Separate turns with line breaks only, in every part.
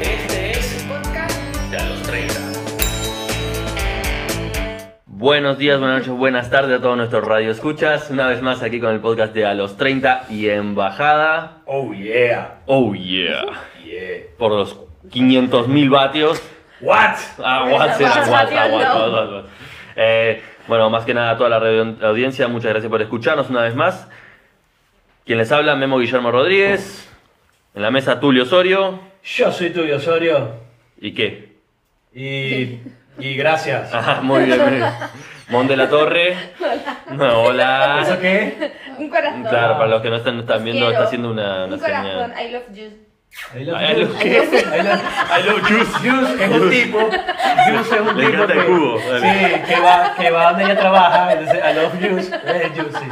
Este es
podcast.
de a los 30. Buenos días, buenas noches, buenas tardes a todos nuestros radioescuchas. Una vez más aquí con el podcast de A los 30 y Embajada.
Oh yeah,
Oh yeah.
yeah.
Por los 500.000 vatios.
What?
Aguante,
Vatios
aguante,
no.
aguante, aguante, aguante. Eh, Bueno, más que nada a toda la radio- audiencia, muchas gracias por escucharnos una vez más. Quien les habla, Memo Guillermo Rodríguez. En la mesa, Tulio Osorio.
Yo soy Tulio Osorio
¿Y qué?
y, y gracias.
Ajá, muy bien, muy bien. Mon de la Torre. Hola.
¿Eso
Hola.
qué?
Un corazón.
Claro, para los que no están, no están viendo,
Quiero
está haciendo una, una
un corazón.
señal.
I love you.
I
Ay, lo
you.
que-
I love-
I love juice.
Juice es un tipo. Juice es un
Le
tipo.
encanta el
que-
jugo, dale.
Sí, que va, que va donde ella trabaja. Entonces, I love Juice. Es Juice, sí.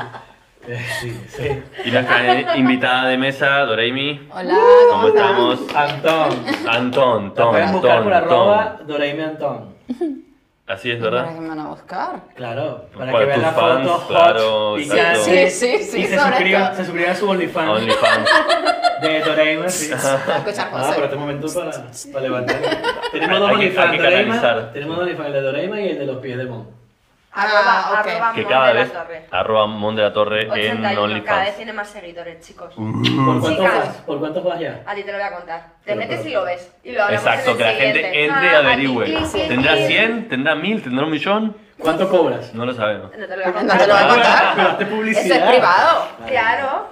Eh, Sí, sí.
Y nuestra invitada de mesa, Doreimi.
Hola,
¿Cómo estamos?
Antón.
Antón,
La
Ton,
pueden buscar por
Ton,
arroba
Ton.
Doraime Antón.
Así es,
¿Para
¿verdad? Ah,
qué me van a buscar?
Claro, para
Para
que vean
tus
las
fans,
fotos hot,
claro, exacto.
picantes,
Sí, sí, sí,
y se
sobre
suscriban,
todo.
se suscriban a su OnlyFans
OnlyFans.
de Doraemon, sí.
A escuchar
Ah, pero este
José.
momento para, para levantar. Tenemos dos
Hay que- hay
OnlyFans,
que
Doraima.
canalizar.
Tenemos dos OnlyFans, el de Doraima y el de los pies de Mon.
Ah, ok.
Que
Mon
cada
de la
vez
Torre.
arroba Mon de la Torre en
81, cada vez
OnlyFans.
tiene más seguidores, chicos.
Mm.
¿Por cuántos
Chicas.
vas? ¿Por cuántos vas ya?
A ti te lo voy a contar. Te
Pero,
metes
pero-
y lo ves. Y lo hablamos
pues Exacto,
en
que
el
la gente
siguiente.
entre y
Ah, a ti,
averigüe.
clin, clin,
¿Tendrá
clin.
100? ¿Tendrá 1000? ¿Tendrá un millón?
¿Cuánto cobras? Ah,
No lo sabemos.
No te lo voy a
¿No te lo voy a
contar.
contar?
Pero hazte publicidad.
Ese es privado.
Claro.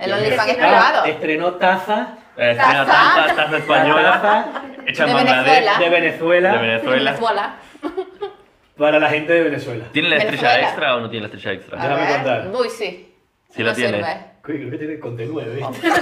El OnlyFans es
Ah,
privado.
Estrenó Taza
Eh, una
Taza.
taza, taza española, hecha en
De
Bangladesh,
Venezuela.
de Venezuela,
de Venezuela.
Venezuela.
para la gente de Venezuela.
¿Tiene la estrella
Venezuela.
extra o no tiene la estrella
A
extra?
Déjame
ver.
contar.
Uy, sí.
Sí la
No
tiene.
sirve.
Uy, Creo que tiene con nueve,
Oh.
¿viste?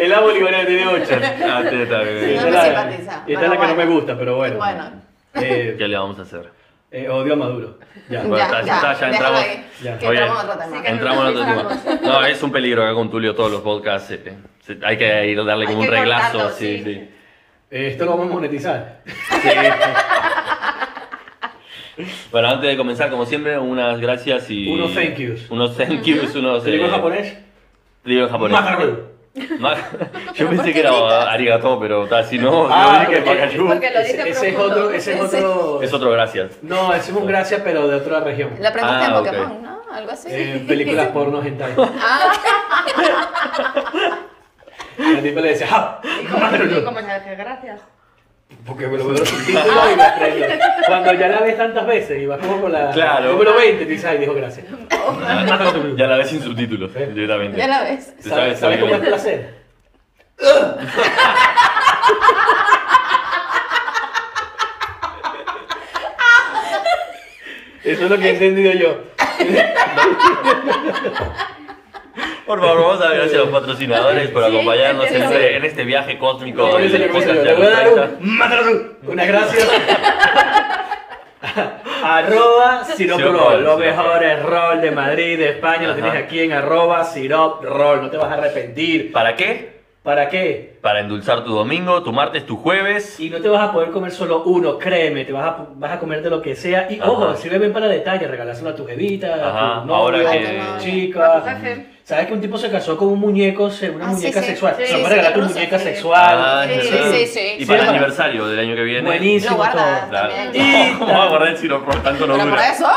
Es la bolivariana tiene ocho.
Ah, sí, está bien.
Sí, esta
No me
es la-
simpatiza,
Esta es
pero
la que no
bueno.
me gusta, pero bueno.
Bueno.
Eh,
¿Qué le vamos a hacer?
eh, odio a Maduro. Ya.
Bueno, está, ya está, ya
déjalo
entramos.
ahí,
Ya.
Que
Oye,
entramos a otro tema.
Sí, que-
Entramos en otro tema. No, es un peligro acá con Tulio todos los podcasts. eh, se- Hay que ir a darle
Hay
como
que
un reglazo.
cortarlo,
Sí,
sí.
sí.
Eh, esto lo vamos a monetizar.
Sí. Bueno, antes de comenzar, como siempre, unas gracias y.
Unos thank yous.
Unos thank yous, unos.
¿Te digo en
eh,
japonés?
Trigo japonés.
Macarrón.
Ma- Yo
¿por
pensé
qué
que era
gritas?
arigato, pero ta, si no,
Ah,
yo dije
porque-
Pakachu.
Porque lo dice
Ese, ese es
profundo.
otro, ese es otro.
Es otro gracias.
No, ese es un gracia, pero de otra región.
Lo aprendiste en
Ah, ok.
Pokémon, ¿no? Algo así.
Eh, películas porno hentai.
Ah,
La tipa le decía, ¡ja!
¿Y
Macarrón".
cómo- y cómo sabes que gracias?
Porque me lo veo subtítulo y me aprendo. Cuando ya la ves tantas veces y vas como con la.
Claro.
Número 20, te dices, ay, dijo gracias.
Ya la ves sin subtítulos,
Sí.
directamente.
ya la ves.
Te
¿Sabes,
sabe
¿sabes cómo es
bien.
placer? Eso es lo que he entendido yo.
Por favor, vamos a dar gracias a los patrocinadores por
Sí,
acompañarnos en
entiendo.
este, en este viaje cósmico.
No,
del
ese lo puse yo.
podcast de
Le voy a dar
Atlanta.
un matarú, una gracia. arroba Sirop
Sirop
Roll,
Roll,
los
Sirop
mejores roll de Madrid, de España, lo tienes
Ajá.
aquí en arroba Sirop Roll, no te vas a arrepentir.
¿Para qué?
¿Para qué?
Para endulzar tu domingo, tu martes, tu jueves.
Y no te vas a poder comer solo uno, créeme, te vas a, vas a comerte lo que sea. Y
Ajá.
ojo, sirve bien para detalles, regalárselo a tu jevita,
Ajá,
a tu novio,
ahora
a
que-
tu
A tu
chica.
jefe.
¿Sabes que un tipo se casó con un muñeco, se- una
Ah, sí,
muñeca
sí.
sexual?
Sí,
se
sí,
va a regalar tu
incluso,
muñeca
sí.
sexual.
Ah,
Sí,
¿verdad?
sí, sí.
Y
Sí,
para el
para-
aniversario del año que viene.
Buenísimo
Lo guardas
todo.
Claro.
también.
Y-
¿Cómo va a guardar el sirop? Por tanto no
Pero por
dura.
eso,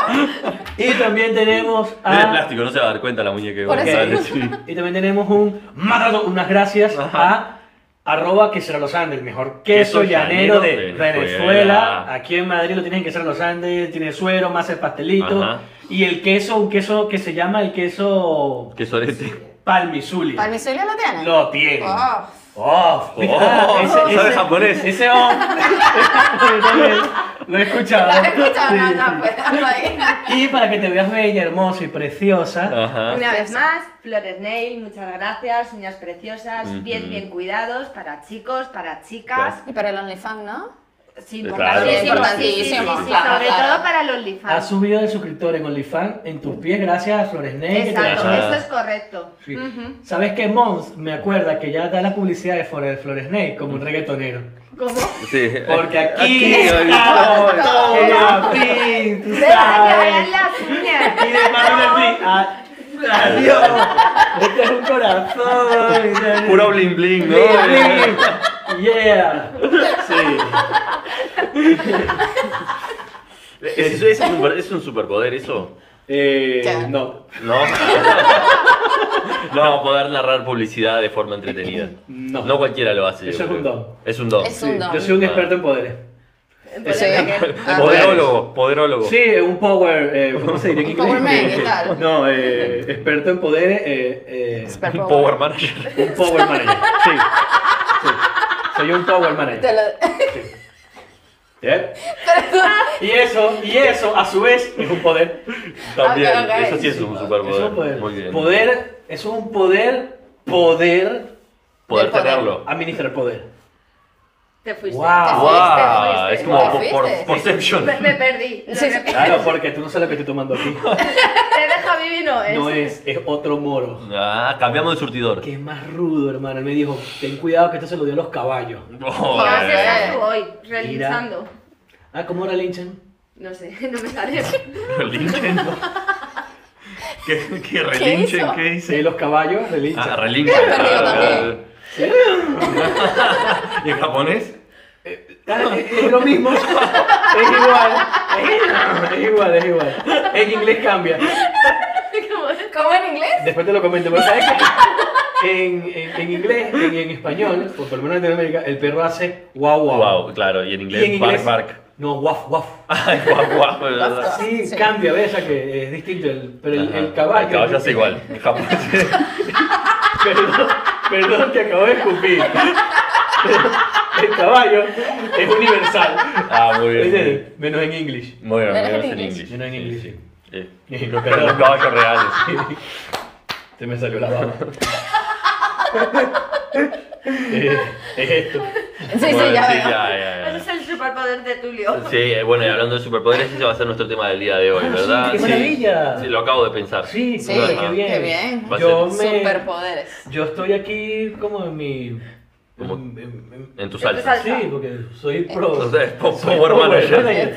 Y también tenemos
Es de
a...
plástico, no se va a dar cuenta la muñeca.
Por
que
eso.
sale, sí.
Y también tenemos un matado, unas gracias
Ajá.
a arroba que será los Andes, el mejor queso,
Queso
llanero,
llanero de
de Venezuela.
Venezuela.
Aquí en Madrid lo tienen que ser los Andes, tiene suero, más el pastelito.
Ajá.
Y el queso, un queso que se llama el queso
Qué sorete.
palmizuli.
Palmizulia lo tiene.
Lo tiene.
Oh,
Oh,
Oh, sabe japonés.
Ese hombre. Yo también lo he escuchado.
¿La has escuchado? No,
Sí,
no, pues, hazlo ahí.
sí. Y para que te veas bella, hermosa y preciosa,
Ajá.
Una vez
Preciosa.
más, Flores Nail, muchas gracias, niñas preciosas,
Ujú.
bien, bien cuidados, para chicos, para chicas.
Y para el OnlyFans, ¿no?
Sí,
Claro,
importantísimo,
claro.
sí, sí, sí, sí,
Importantísimo,
sí,
claro,
sobre
claro.
todo para los
Has
OnlyFans.
subido de suscriptor en OnlyFans en tus pies gracias a Flores Ney. que te-
Exacto,
Ajá.
eso es correcto.
Sí.
Ujú.
¿Sabes qué? Mons me acuerda que ya da la publicidad de Flores, Flores Ney como un reggaetonero.
¿Cómo?
Sí.
Porque aquí,
hoy-
estamos todos en fin, tú
¡Pero que
sabes.
vean las uñas!
Y de mano de ti, a- Adiós. ah, Este es un un corazón. y tal.
Puro bling bling, ¿no?
Bling, bling. Yeah. Sí.
Eso es, un, super- es un superpoder, eso.
Ya.
Eh, no.
No. No, poder narrar publicidad de forma entretenida.
No.
No cualquiera lo hace. yo
Eso es
creo.
un don.
Es un don.
Es
Sí,
un don.
Yo soy un experto en poderes.
Ah,
Poderólogo, poderólogo.
Sí, un power. eh, ¿Cómo se diría en
Un power
inglés?
man, ¿qué tal?
No, eh, experto en poderes. eh, eh,
Super
Un
power.
power manager.
un power manager. Sí. sí. Soy un power manager.
Ah, Te lo-
¿Eh? Y eso, y eso, a su vez, es un poder.
También.
Ok, ok.
Eso sí es un superpoder.
Es un poder.
Muy bien.
Poder, eso es un poder, poder,
Poder
Del poder.
tenerlo.
administrar poder.
Te fuiste.
Wow.
Te fuiste,
Ah, Guau,
Ah, fuiste,
Es como
te
por, por
fuiste.
perception.
Me, me perdí. Lo
Sí, sí.
repito.
Claro, porque tú no sabes lo que estoy tomando aquí.
Te deja vivir, no es.
No es, es otro moro.
Ah, cambiamos de surtidor.
Que es más rudo, hermano. Él me dijo, ten cuidado que esto se lo dio a los caballos.
Oh,
¿Qué vas a
eh.
estar tú hoy? Realizando.
Ah, ¿cómo era linchan?
No sé, no me sale.
Relinchen. ¿Qué, qué relinchen?
hizo?
¿Qué
Sí,
dice?
los caballos, relinchan.
Ah, relinchen.
Perdió
Ah,
también.
¿Y en japonés?
Ah, es, es lo mismo. es igual. Es, es igual, es igual. En inglés cambia.
¿Cómo es?
¿Cómo en inglés?
Después te lo comento, pero ¿sabes qué? En, en- en inglés, en, en español, o por lo menos en Latinoamérica, el perro hace guau guau.
Wow, claro. Y en
Y en
inglés, bark
inglés,
bark.
no, guaf guaf.
Ay, guau, guau. ¿verdad?
Sí,
Sí.
cambia, ves, o sea que es distinto, el, pero el,
Ajá.
el caballo...
El caballo es igual. En japonés.
Perdón, perdón, te acabo de escupir. El caballo es universal.
Ah, muy bien.
¿Viste? Menos en English.
Muy bien,
Menos
menos
en
en
inglés.
inglés.
Menos en inglés.
Sí, sí. Eh,
Los
Pero los
caballos.
caballos reales.
Se me salió la baba. Eh, es esto.
Sí,
Bueno,
sí, ya
sí,
Ese
veo.
es el superpoder de Tulio.
Sí, eh, bueno, y hablando de superpoderes, ese va a ser nuestro tema del día de hoy,
Ah,
¿verdad?
sí, qué maravilla.
Sí, lo acabo de pensar.
Sí,
Sí,
joder,
qué
bien.
Va a
Yo me,
Superpoderes.
yo estoy aquí como en mi,
Como-
en- en-
En tu
En tu
salsa.
salsa.
sí, porque soy pro.
Entonces, po-
soy
power manager.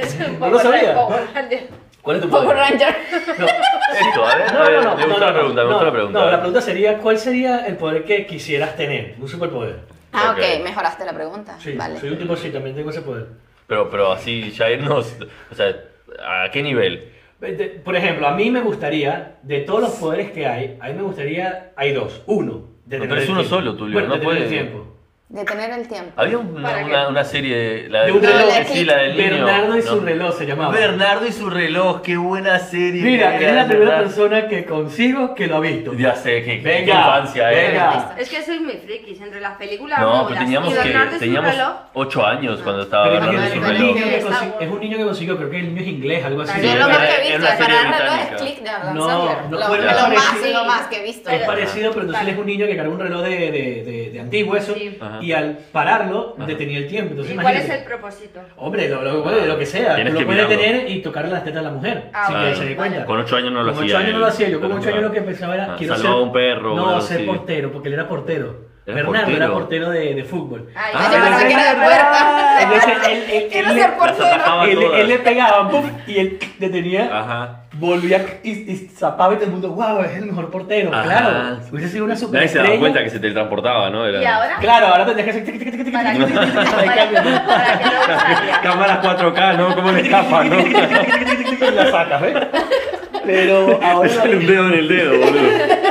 Es un
No lo
power-
sabía.
power manager.
¿Cuál es tu
Power
poder?
Ranger.
No,
Esto, a ver, a ver, me gusta
no,
la pregunta, me gusta la pregunta.
No, la pregunta sería, ¿cuál sería el poder que quisieras tener? Un superpoder.
Ah,
Ok.
ok, mejoraste la pregunta.
Sí,
Vale.
soy un tipo así, también tengo ese poder.
Pero, pero así, ya irnos, o sea, ¿a qué nivel?
Vete, Por ejemplo, a mí me gustaría, de todos los poderes que hay, a mí me gustaría, hay dos. Uno.
Pero
detener
es
el
uno
tiempo.
solo, Tulio,
Bueno,
no
detener el
puede-
tiempo.
Detener el tiempo.
Había una,
¿Para qué?
una, una serie, la
De un
del-
reloj.
sí, la del niño.
Bernardo y su
No.
reloj se llamaba.
Bernardo y su reloj, qué buena serie.
Mira,
era,
es la primera
¿verdad?
persona que consigo que lo ha visto.
Ya sé, qué, qué
Venga,
infancia, eh.
venga.
Es que sois muy frikis entre las películas
No,
mudas
pero teníamos
y Bernardo
que,
y su
teníamos
reloj. Ah.
8 años cuando estaba
Pero
Bernardo y
imagínate,
su
es, un
Bernardo
reloj.
niño que
reloj.
consi- es un niño que consiguió, creo que el niño es inglés, algo así.
Sí,
Yo lo más
era-
que he
era
visto
una
es
serie
parar reloj
británica.
es click de Adam
No,
Sandler.
no,
lo,
bueno,
lo más,
parecido.
lo más que he visto.
Es
Pero-
parecido, pero entonces él es un niño que cargó un reloj de, de, de, de antiguo eso
Sí.
Ajá.
y al pararlo
Ajá.
detenía el tiempo. Entonces
¿Y cuál es
imagínate,
el propósito?
Hombre, lo, lo, bueno, lo que sea,
Tienes
tú
que
lo puedes
mirarlo.
detener y tocarle las tetas a la mujer,
Ah,
sin
vale,
que se dé
vale.
cuenta.
Con 8 años no lo
con
hacía.
ocho años
él.
no lo hacía, yo con
Pero
8 años
nunca.
lo que pensaba era
Ah,
quiero
salvaba
ser
un perro,
No,
algo
ser
así.
portero, porque él era portero.
¿Era
Bernardo era
portero?
portero de, de fútbol.
Ah,
Ay, yo pensé
pero
que era de
era
puerta.
Entonces él, él-
Quiero
él le-
ser
Las
portero.
atajaba
él,
todas.
él le pegaba ¡pum! y él detenía,
Ajá.
volvía y, y zapaba y todo el mundo, wow, es el mejor portero.
Ajá.
Claro, hubiese sido una
Nadie se daba cuenta
superestrella.
que se teletransportaba, ¿no? Era-
¿Y ahora?
Claro, ahora tendrías que hacer tic, tic, tic, tic, tic,
Para
tic,
que,
tic, tic, tic, tic,
para,
cambio.
para que no lo salga.
Cámaras 4K, ¿no? ¿Cómo le escapan, no?
la sacas, ¿eh? ¿ves? Pero
Le
ahora,
sale un dedo en el dedo, boludo.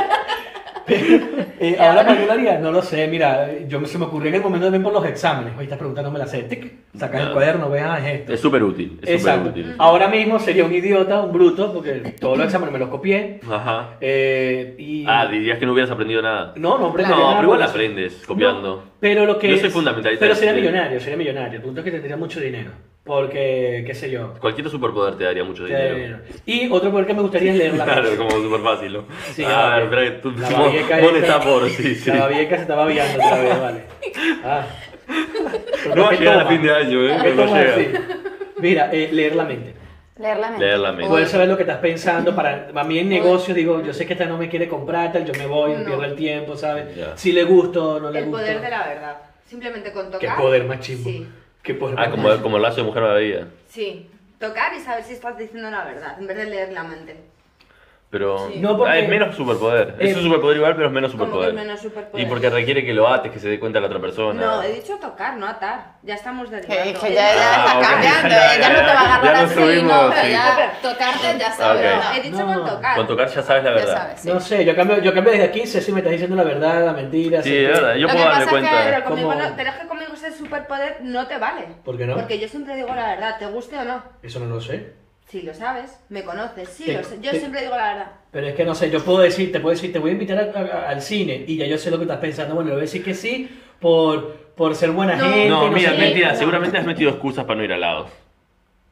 eh, ahora ¿para qué lo haría? No lo sé, mira, yo me- se me ocurrió en el momento también por los exámenes. Hoy estás preguntándome la sé, tic, sacas el
Claro.
cuaderno, veas esto.
Es súper útil. Es súper
Exacto.
útil.
Ahora mismo sería un idiota, un bruto, porque todos los exámenes me los copié.
Ajá.
eh, y...
Ah, dirías que no hubieras aprendido nada.
No, no, aprendí
No,
nada,
pero igual
pues.
aprendes copiando.
No, pero lo que
Yo soy
es-
fundamentalista.
Pero sería
Sí.
millonario, sería millonario. El punto es que tendría mucho dinero. Porque, qué sé yo.
Cualquier superpoder te daría mucho
te daría
dinero.
dinero. Y otro poder que me gustaría es leer la
Claro,
mente.
como súper fácil, ¿no?
Sí,
ah,
ok.
espera que tú.
La babieca
Mon
esta-
está por, sí, sí.
La babieca se estaba viando otra vez, vale. Ah.
No va a llegar a
Toma.
fin de año,
¿Qué
¿eh? No
toma
llega.
así? Mira, eh, leer la mente.
Leer la mente.
Leer la mente.
Poder saber lo que estás pensando. Para, para mí en negocio digo, yo sé que esta no me quiere comprar, tal, yo me voy,
No.
pierdo el tiempo, ¿sabes?
Ya.
Si le gusto, no le
El
gusto.
poder de la verdad. Simplemente con
Qué
tocar.
poder más chimbo.
Sí,
Qué poder
Ah,
más
como,
chimbo.
como el lazo de mujer maravilla.
sí. Tocar y saber si estás diciendo la verdad, en vez de leer la mente.
Pero
Sí.
No, porque-
Ah, es menos superpoder.
Eh,
es un superpoder igual, pero es menos
Como que
superpoder.
es menos superpoder.
Y porque requiere que lo ates, que se dé cuenta la otra persona.
No, he dicho tocar, no atar. Ya estamos derivando.
Que, que ya, ya
Ah,
está
ok.
cambiando,
Ya,
eh,
ya,
ya no te va a
ya.
agarrar
Ya nos
así,
subimos,
no, pero
sí.
ya tocarte ya sabes,
Ok.
No, he
¿no?
dicho
No.
con tocar.
Con tocar ya sabes la
ya
verdad.
sabes, sí.
No sé, yo cambio, yo cambio desde aquí, sé si me estás diciendo la verdad, la mentira.
Sí,
sé
es
que-
verdad, yo
Lo
puedo
que
darme
pasa es que
cuenta.
Pero conmigo
¿Cómo?
no, pero es que conmigo ese superpoder no te vale.
¿Por qué no?
Porque yo siempre digo la verdad, te guste o no.
Eso no lo sé.
Si lo sabes, me conoces, sí
Te-
lo sé. Yo
te-
siempre digo la verdad.
Pero es que no sé, yo puedo decir, te puedo decir, te voy a invitar a- a- al cine y ya yo sé lo que estás pensando. Bueno, le voy a decir que sí por, por ser buena
No.
gente.
No,
sé
mira,
qué.
mentira,
no.
seguramente has metido excusas para no ir a lados.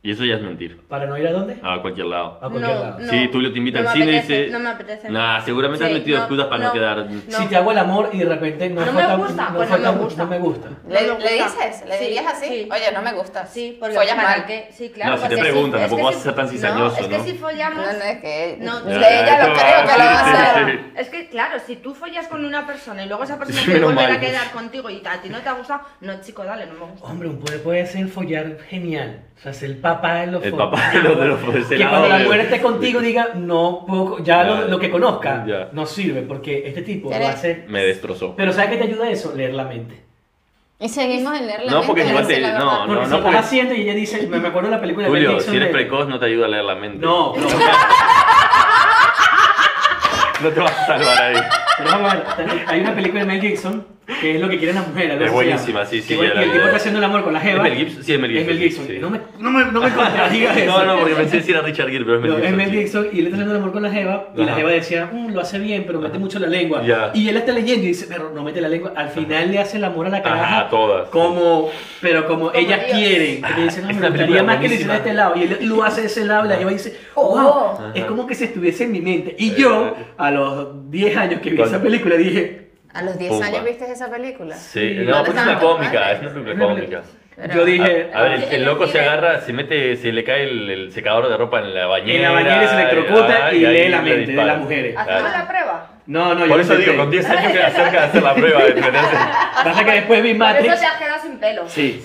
Y eso ya es mentir.
¿Para no ir a dónde?
A cualquier lado.
A cualquier
no,
lado.
no.
Sí, Tulio te invita
no
al
me
cine y
apetece,
dice-
No me apetece.
Nah, seguramente has
Sí,
metido
no,
excusas para no,
no.
quedar.
No.
Si te hago el amor y de repente no,
No
fue
me
tan-
gusta,
no
pues
fue
no
tan-
me gusta.
no me gusta.
¿Le,
No me
le
gusta.
dices? ¿Le
Sí,
dirías así?
sí.
Oye, no me gustas.
Sí, porque
Follas
¿para
mal.
qué? Sí, claro.
No, si te
porque si-
preguntan,
es que
tampoco vas
si-
a ser tan
no,
cizañoso,
es que
¿no?
si follamos...
No, no, es que...
No.
de
Ya,
ella lo
esto
creo
va,
que lo
Ah, sí,
va a
sí,
hacer.
sí, sí.
Es que, claro, si tú follas con una persona y luego esa persona
Sí,
quiere
menos
volver
mal.
a quedar contigo y a ti no te ha gustado, no, chico, dale, no me gusta.
Hombre, un poder puede ser follar genial. O sea, ser el papá de los
El
follados.
papá de los- de los
Que
follados,
cuando la
de-
mujer esté contigo diga, no puedo, co- ya
Ya.
lo, lo que conozca
Ya.
no sirve porque este tipo lo
Eres-
hace.
Me destrozó.
Pero ¿sabes qué te ayuda eso? Leer la mente.
Y seguimos en leer la
No,
mente,
porque
a ver
igual
si
te-
la
no,
verdad-
Porque
no,
si
no,
lo
porque-
estás haciendo y ella dice, me, me acuerdo de la película de Mel
Tulio,
Gibson
si eres
de-
precoz no te ayuda a leer la mente.
No, pero,
No te vas a salvar ahí.
pero vamos a ver, hay una película de Mel Gibson que es lo que quieren las mujeres. algo
Es
así se llama.
buenísima, sí, sí,
Que bueno, que
ya la
el
vi.
tipo está haciendo el amor con la
¿Es
Jeva.
Mel Gibson? Sí, es Mel
Es
Gibson.
Mel Gibson.
sí.
No me, no me, no me contradigas eso.
No, no, porque pensé si era Richard Gere, pero es Mel
No, es
Gibson.
Mel
sí.
Gibson y él está haciendo el amor con la Jeva y la
Ajá.
Jeva decía, "Mm, lo hace bien, pero mete mucho la lengua.
Ya.
Y él está leyendo y dice, pero no mete la lengua. Al final le hace el amor a la
Ajá,
caraja.
a todas.
Como, pero como, ellas
Dios.
quieren. Y le dice, no,
es
me gustaría
una Ah, película
más que le hiciera
buenísima.
de este lado. Y él lo hace de ese lado y la Jeva dice,
Oh.
wow,
Ajá.
es como que se estuviese en mi mente. Y yo, a los 10 años que vi esa película, dije,
¿A los 10
Pumba.
años viste esa película?
Sí,
Sí,
no, pues
no te
es una
tanto,
cómica,
Ah,
¿vale?
es una película cómica.
Pero-
yo
A,
dije, "Ah,
a ver, el, el loco se
Tiene-
agarra, se mete, se le cae el, el secador de ropa en la bañera.
en la bañera y se electrocuta
ah,
y
ahí
lee la
le
mente de
dispara.
las mujeres.
¿Hacemos
Claro.
la prueba?
No, no, yo
Por
lo
eso digo,
intenté.
con 10 años que acerca de hacer la prueba de meterse.
Pasa que después vi
Por
Matrix.
eso te has quedado sin pelo.
Sí,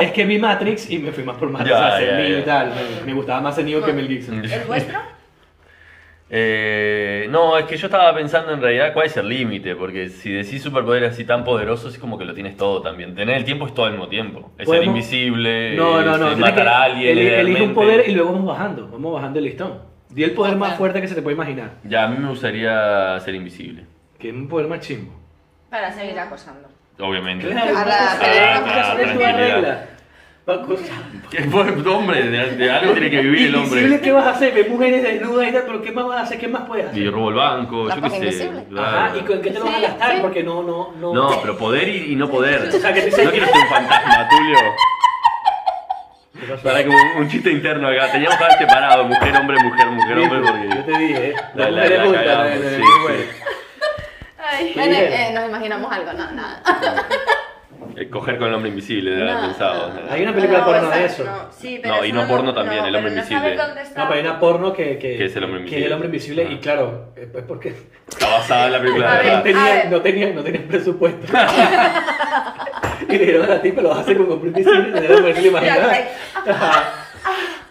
es que vi Matrix y me fui más por Matrix,
Ya,
o sea,
ya,
Zenillo
ya.
y tal. Me, me gustaba más Zenillo que Mel Gibson.
¿El vuestro?
Eh, no, es que yo estaba pensando en realidad cuál es el límite, porque si decís superpoderes así tan poderosos es como que lo tienes todo también. Tener el tiempo es todo al mismo tiempo. Es ser
Podemos-
invisible,
No, no, no.
es eh,
tienes
matar
que
a alguien.
eli-
leer
elige un
mente.
poder y luego vamos bajando. Vamos bajando el listón. Di el poder más
Ok.
fuerte que se te puede imaginar.
Ya, a mí me gustaría ser invisible,
Que es un poder más chimbo.
Para seguir acosando.
obviamente.
A la-
porque
Ah,
las
claro,
aplicaciones todas
tranquilidad.
reglas. Va con-
Que fue- hombre, de, de algo tiene que vivir el
Invisible,
hombre.
¿qué vas a hacer? Ves mujeres desnudas y tal, pero ¿qué más vas a hacer? ¿Qué más puedes
Y
hacer?
robo el banco,
La
yo
paja
qué sé.
invisible.
claro.
Ajá, ¿y con qué te lo vas a
Sí,
gastar?
sí.
Porque no, no, no.
No, pero poder y, y no poder.
O sea, que te-
No quiero ser un fantasma, Tulio. Para que un, un chiste interno acá. Teníamos que haber separado mujer, hombre, mujer, mujer, hombre,
Yo
porque.
te dije, eh. Las
La- la-
mujeres
la
juntas,
cagamos,
eh, eh,
sí,
muy bueno.
sí.
Bueno,
bien.
eh, nos imaginamos algo, no, nada.
Eh, Coger con el hombre invisible, de haber
No,
pensado.
no,
Hay una película
Pero,
porno
o sea,
de eso.
No, sí, pero
No, y
eso
no porno también, El hombre
pero
invisible.
No, sabes dónde está.
No, pero hay una porno que, que,
Que es el hombre
que
invisible.
es el hombre invisible
Ajá.
y claro, eh, pues porque
Está basada en la película
A
de
ver,
no
verdad.
tenía,
ver.
no, tenía, no tenía presupuesto. y le dijeron a la tipa, lo vas a hacer con hombre invisible, te debes ponerle imaginar. Ajá.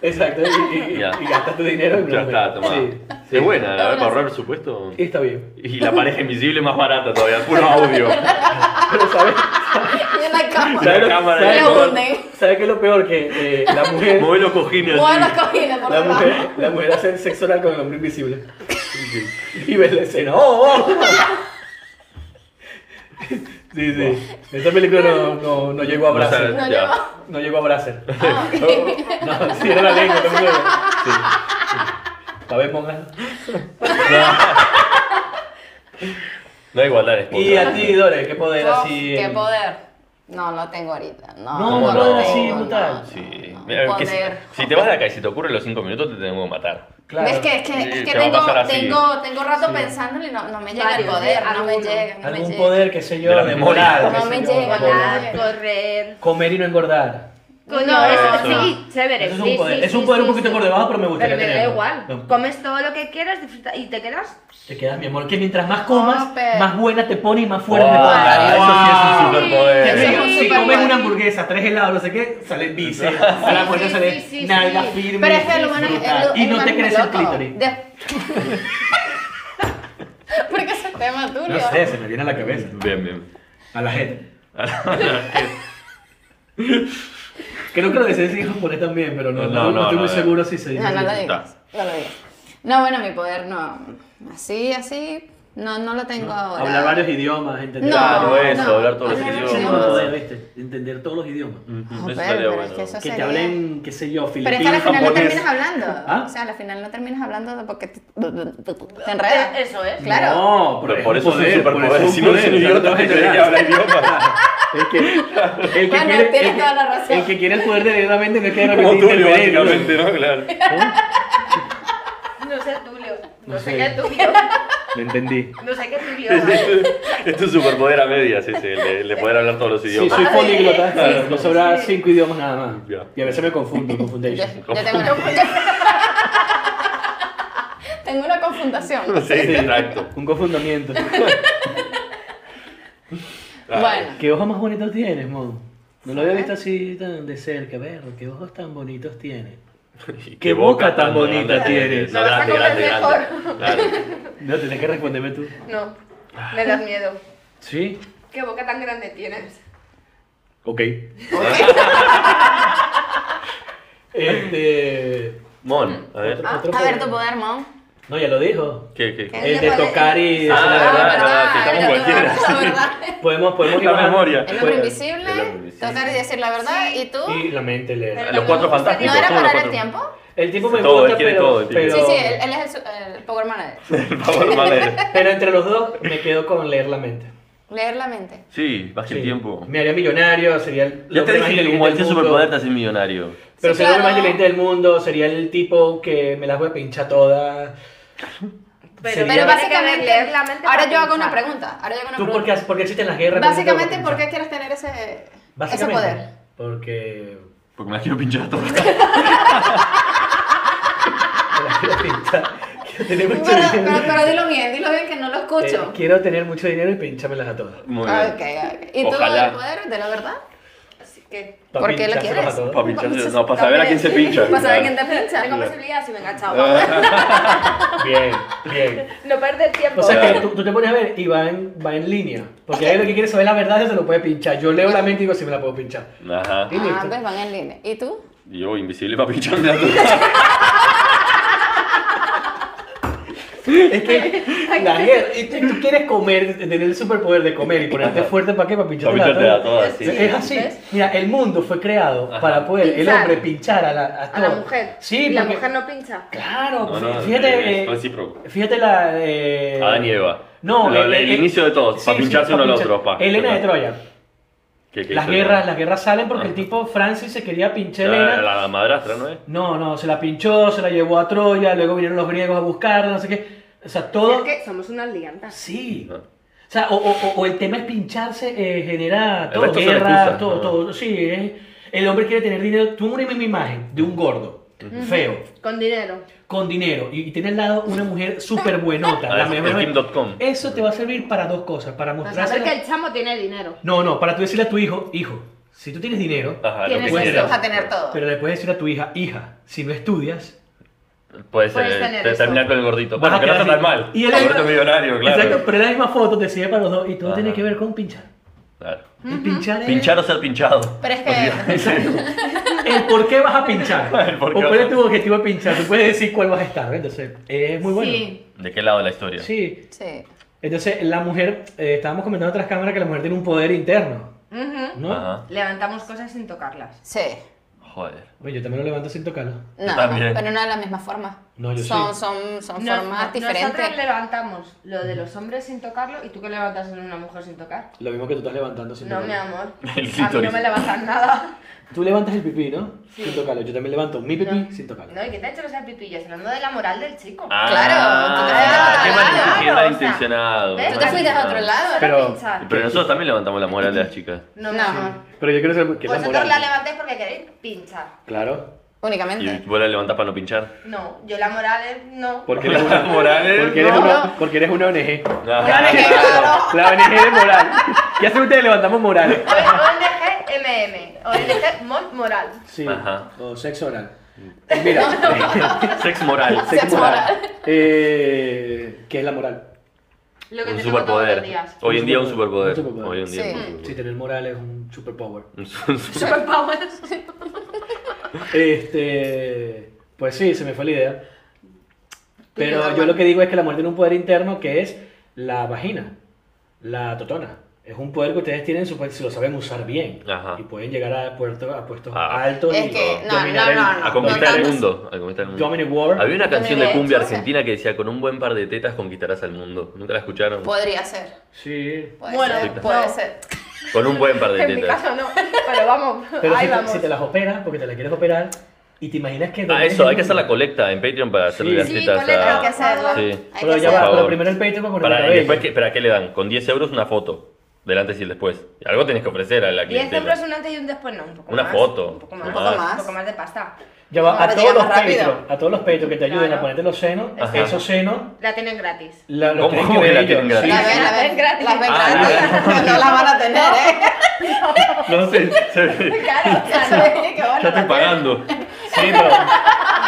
Exacto, y, y, y-
Ya.
y gastaste dinero en
Ya
hombre.
está, tomada.
Sí, sí.
Es buena, la
Ahora
verdad, para
sí.
ahorrar supuesto.
Y está bien.
Y la pareja invisible más barata todavía, puro audio.
Pero ¿sabes?
Y en la cama.
La
¿Sabes lo-
cámara
sabes
de
lo-
fondo.
¿Sabes qué es lo peor? Que eh, la mujer...
Mueve los cojines así.
Mueve los cojines, por
La
favor.
mujer, la mujer hace sexo oral con el hombre invisible. Y ves la escena. ¡Oh! oh! Sí, sí. Esa película no, no, no llegó a
No
Bracer.
sale-
No
ya.
lleva-
No llegó a Bracer. Oh,
Ah,
No, sí, era la lengua. No me acuerdo. La ves, monja.
No hay igualdad en Spotify.
Y a ti, Dore, ¿qué poder
uf,
así?
¿Qué poder? No lo tengo ahorita.
No,
No, no,
un
lo
poder
tengo,
así,
no,
brutal.
no, no,
Sí.
no,
Mira,
un
que si,
poder.
si te vas de acá y se te ocurre los 5 minutos, te tenemos que matar.
Claro.
Es que, es que,
Sí,
es que
te va a
tengo,
pasar así.
tengo, tengo rato pensándolo y no, no me llega el
Varios,
poder,
¿eh?
no me
Alguno.
llega, no me
Algún
llega.
poder, qué sé yo,
De la
de
memoria.
moral.
No
qué
me
sé yo,
llega
algo.
nada.
Volar, correr.
Comer y no engordar.
Coño,
No,
eso,
Ah, eso
sí, chévere.
Eso es
sí,
un poder,
sí,
es un
sí,
poder
sí,
un poquito
sí,
por
sí.
debajo, pero me gustaría
Pero me da
tenerlo.
igual.
No,
Comes todo lo que quieras disfruta, y te quedas.
Te quedas, mi amor, que mientras más comas,
Oh, pero-
más buena te pone y más
Wow,
fuerte te pone.
Eso sí es un
Wow.
Te digo,
superpoder.
es un
si comes
superpoder.
una hamburguesa, tres helados, no sé qué, sale bíceps. A la puerta
sí,
sale
sí, sí,
nalga
sí.
firme.
Pero es que el humano el-
brutal.
el
Y no
humano
te
es muy
crece el
loco.
clítoris.
De- Porque es el tema tuyo.
No sé, se me viene a la cabeza.
Bien, bien.
A la gente. Creo que lo decís en japonés también, pero no,
No,
no,
no,
estoy
no,
muy
no.
seguro si se dice.
No, no lo
ahí está.
digas. No lo digas. No, bueno, mi poder no. Así, así. No, no lo tengo ahora.
Hablar varios idiomas, entender
No,
Claro, eso,
no.
hablar todos los Mm.
Hablar
Ese es un
idiomas.
poder, ¿viste? Entender todos los idiomas.
Ujú,
Joder,
Eso estaría
pero es
bueno.
que eso
Que te
sería-
hablen, qué sé yo,
Pero es que al
filipino,
final no
japonés.
terminas hablando.
¿Ah?
O sea, al final no terminas hablando porque te, te
Eh,
enredas.
Eso es.
Claro.
No,
Pero
es
por
un
eso es un
poder, por
superpoder,
eso es un
si no eres
poder,
un idiota,
no te vas a
te crees que
enterar.
habla idioma.
El que, el que
Bueno,
quiere,
tienes
el que-
toda la razón.
el que quiere el poder de leer la mente no es que de
Como
repente
Tulio,
interferir, ¿no?
básicamente, ¿no? Claro.
No sé Tulio. No,
No
sé
sé.
qué Tulio.
Lo entendí.
No sé qué Tulio.
Es un superpoder a medias ese, el de, el de poder hablar todos los
Sí,
idiomas.
soy políglota, claro,
sí,
me sobra
sí.
cinco idiomas nada más.
Ya.
Y a veces me confundo,
Yo,
confundation.
yo tengo una Tengo una confundación.
Sí, exacto.
Un confundamiento.
Ah,
Bueno.
¿Qué ojos más bonitos tienes, Mon? No lo había visto así tan de cerca, perro. ¿Qué ojos tan bonitos tienes?
y
Qué boca tan bonita tienes.
No,
No,
grande,
vas a
grande, grande.
comer
Claro.
No, tenés que responderme tú.
No. Me das miedo.
Sí.
¿Qué boca tan grande tienes?
Ok. este.
Mon, a ver.
Otro-
Ah,
otro
a ver,
poder.
tu poder, Mom.
No, ya lo dijo.
¿Qué, qué, qué?
El
El
de
de
poder-
tocar y.
Ah,
hacer la
verdad,
verdad.
verdad, que estamos cualquiera.
Ah, La verdad.
Podemos, podemos
La
ir bajando.
memoria.
El hombre
Puede-
invisible,
El hombre invisible.
tocar y decir la verdad,
Sí.
y tú.
Y la mente leer.
Los cuatro fantásticos.
¿No era
todos los
parar
cuatro.
el tiempo?
El tipo me
Todo, él
gusta,
quiere
pero,
todo, el tipo.
pero-
Sí, sí, él, él es el, su- el Power Manager.
El favor manera.
pero entre los dos me quedo con leer la mente.
Leer la mente.
Sí, baje el
Sí.
tiempo.
Me haría millonario, sería el
Ya te
hombre más
dije que
inteligente
como
del
este
mundo.
superpoder te hace millonario.
Pero
Sí,
sería el hombre
claro.
más inteligente del mundo, sería el tipo que me las voy a pinchar todas.
Pero-
Sería-
Pero básicamente,
Tiene que leer la mente
ahora
para
yo hago una
pensar.
pregunta. Ahora yo hago una
¿Tú por qué,
pregunta.
haces- por qué existen las guerras?
Básicamente, ¿por qué
porque
quieres tener ese, ese
Básicamente,
poder?
Porque
Porque me las quiero pinchar a todas.
me las quiero pinchar. Quiero tener
Pero,
mucho dinero.
pero, pero dilo bien, dilo bien que no lo
Eh,
escucho.
quiero tener mucho dinero y pinchármelas a todas.
Muy
Ah,
bien.
ok, ok. ¿Y tú lo
Ojalá.
del poder, de la verdad?
Así que.
Pa'
¿Por qué lo
pinchárselas
quieres?
a todas.
Para pincharse, no, para saber a quién se pincha.
Para saber quién te pincha.
Tengo posibilidad si me
Ah,
enganchaba.
Bien, bien.
No perder tiempo.
O sea
Claro.
que tú, tú te pones a ver y va en, va en línea. Porque ahí lo que quiere saber la verdad se lo puede pinchar. Yo leo la mente y digo si me la puedo pinchar.
Ajá.
Y
Ah,
listo.
ves, van en línea. ¿Y tú?
Y Yo invisible para pincharme a todas.
Es que la guerra. Y tú, tú quieres comer, tener el superpoder de comer y ponerte fuerte para qué, para
Para
pincharte la
pincharte a
todas.
todas, sí.
Es así.
¿Ves?
Mira, el mundo fue creado
Ajá.
para poder el
Pinchar.
hombre pinchar a la, a
A la
todo.
mujer.
Sí,
Y la
porque-
mujer no pincha.
Claro,
No, no,
fíjate.
es
eh,
recíproco.
fíjate la. Eh,
Adán y Eva.
No,
Lo-
eh,
el
eh,
inicio de todos, para pincharse uno al
pinchar-
otro, pa.
Elena de
Ajá.
Troya.
¿Qué- qué
Las
hizo el
guerras,
hombre?
las guerras salen porque el
Ajá.
tipo Francis se quería pinchar a
La,
Elena.
la, la madrastra, ¿no es?
No, no, se la pinchó, se la llevó a Troya, luego vinieron los griegos a buscarla, no sé qué. O sea,
Es
todo.
que somos unas liantas.
Sí.
Ah.
O sea, o, o- o- o el tema es pincharse, eh, genera
El
todo,
resto son
guerra,
excusas,
todo,
¿no?
todo. Sí, es- el hombre quiere tener dinero. Tú una misma imagen de un gordo, feo,
Con dinero.
con dinero, y, y tiene al lado una mujer súper buenota.
Ah,
la
es-
mejor-
es Kim.com.
Eso te va a servir para dos cosas, para
Para saber que
mostrarse.
el chamo tiene dinero.
No, no, para tú decirle a tu hijo, hijo, si tú tienes dinero,
Ajá, ah, lo que
Tienes
eso,
quieras.
Pues Vas a tener todo.
pero le puedes decir a tu hija, hija, si no estudias,
Puede ser,
Puedes
eh,
tener
te-
eso.
terminar con el gordito.
Vas
Bueno,
a
que no está
quedar
tan mal.
sin- Ah, y el-
el gordo millonario, claro.
Exacto, pero la misma foto te sirve para los dos y todo
Ajá.
tiene que ver con pinchar.
Claro.
El pinchar es...
Pinchar o ser pinchado.
Pero es que.
Exacto. El por qué vas a pinchar.
El por
o
qué
cuál
vas a-
es tu objetivo de pinchar. Tú puedes decir cuál vas a estar. ¿ves? Entonces, es muy bueno.
Sí.
¿De qué lado de la historia?
Sí.
Sí.
Entonces, la mujer, eh, estábamos comentando tras cámara que la mujer tiene un poder interno.
Ujú.
¿No?
Ajá.
Levantamos cosas sin tocarlas.
Sí.
Joder.
Oye, yo también lo levanto sin tocarlo.
No,
también.
pero no de la misma forma.
No, yo
son,
sí.
son, son
Nos-
formas
Nosotros
diferentes.
levantamos lo de los hombres sin tocarlo y tú que levantas en una mujer sin tocar.
Lo mismo que tú estás levantando sin
No,
tocarlo.
mi amor.
El
a mí
clítoris.
no me levantas nada.
Tú levantas el pipí, ¿no? Sin tocarlo. Yo también levanto mi pipí sin tocarlo.
No, ¿y qué te ha hecho besar pipí? Yo hablando de la moral del chico.
Claro,
Ah, qué
claro,
mal- qué
claro,
malintencionado.
¿ves?
qué
Tú te fuiste a otro
malintencionado.
Solo
lado.
Pero-
pinchar.
Pero nosotros también levantamos la moral de las chicas.
No, mi
No.
amor.
Pero yo quiero saber qué es la
Vosotros la
moral.
levantáis porque queréis pinchar.
Claro.
Y
Únicamente.
vos la levantás para no pinchar.
No, yo la moral es no.
Porque eres
La
una,
moral es-
porque eres
No,
una-
no.
porque eres una ONG.
Ajá.
La ONG de moral. ¿Qué hacen ustedes? Levantamos moral.
ONG MM. ONG Mont Moral.
Sí.
Ajá.
O sexo oral. Mira.
Sex moral.
Sex
sexo
moral.
Eh, ¿Qué es la moral?
Lo que
Un
te toco todos los
superpoder.
días.
Hoy en día un
Un
superpoder.
superpoder.
Hoy en día un
Sí.
superpoder.
Sí, tener moral es un superpower.
Mm.
Superpowers.
Este, pues sí, se me fue la idea. Pero yo lo que digo es que la mujer tiene un poder interno que es la vagina, la totona. Es un poder que ustedes tienen supuesto, si lo saben usar bien.
Ajá.
Y pueden llegar a, puerto- a puestos
Ah.
altos
Es
y
que- no,
dominar
no,
el-
no, no.
A conquistar el
tanto.
mundo. A conquistar el mundo.
Dominic Ward.
Había una
Dominic
canción
Eh,
de
Ward,
cumbia
sí.
argentina que decía, con un buen par de tetas conquistarás al mundo. ¿Nunca la escucharon?
Podría ser.
Sí.
Puede
Bueno,
ser. Puede
no.
ser.
Con un buen par de
En mi
tetas.
caso no. Pero vamos,
Pero
ahí
si, te,
vamos.
si te las operas, porque te las quieres operar, y te imaginas que...
Ah,
dominas
eso,
el
hay que hacer la
mundo.
colecta en Patreon para hacerle
Sí.
las
Sí,
tetas
colecta,
Hay que
a...
hacerlo.
Sí.
Hay
Pero
que
ya va,
hacerlo.
Por
pero
favor.
primero el peito para cortar el
Para, y
cabello.
después, ¿qué, ¿para qué le dan? Con 10 euros una foto. Del antes y el después. Algo tenés que ofrecer a la
10
clientela.
euros un antes y un después, no, un poco
Una
más.
foto.
Un poco más.
Un
Un
poco
poco
más.
más, de pasta.
Ya va, a
Ahora
todos,
llega
los
más rápido.
Patreon, a todos los Patreon que te ayuden a
Claro.
ponerte los senos,
Ajá.
esos senos
La tienen gratis.
La, los
¿Cómo?
tienen
¿Cómo que
ver
la
ellos,
tienen gratis?
La ven, la
Las
ven
ven gratis.
Las ven
Ah,
gratis. No las van a tener, ¿eh?
No sé, se-
Claro,
Eso es, qué bueno.
ya estoy pagando.
Sí, pero,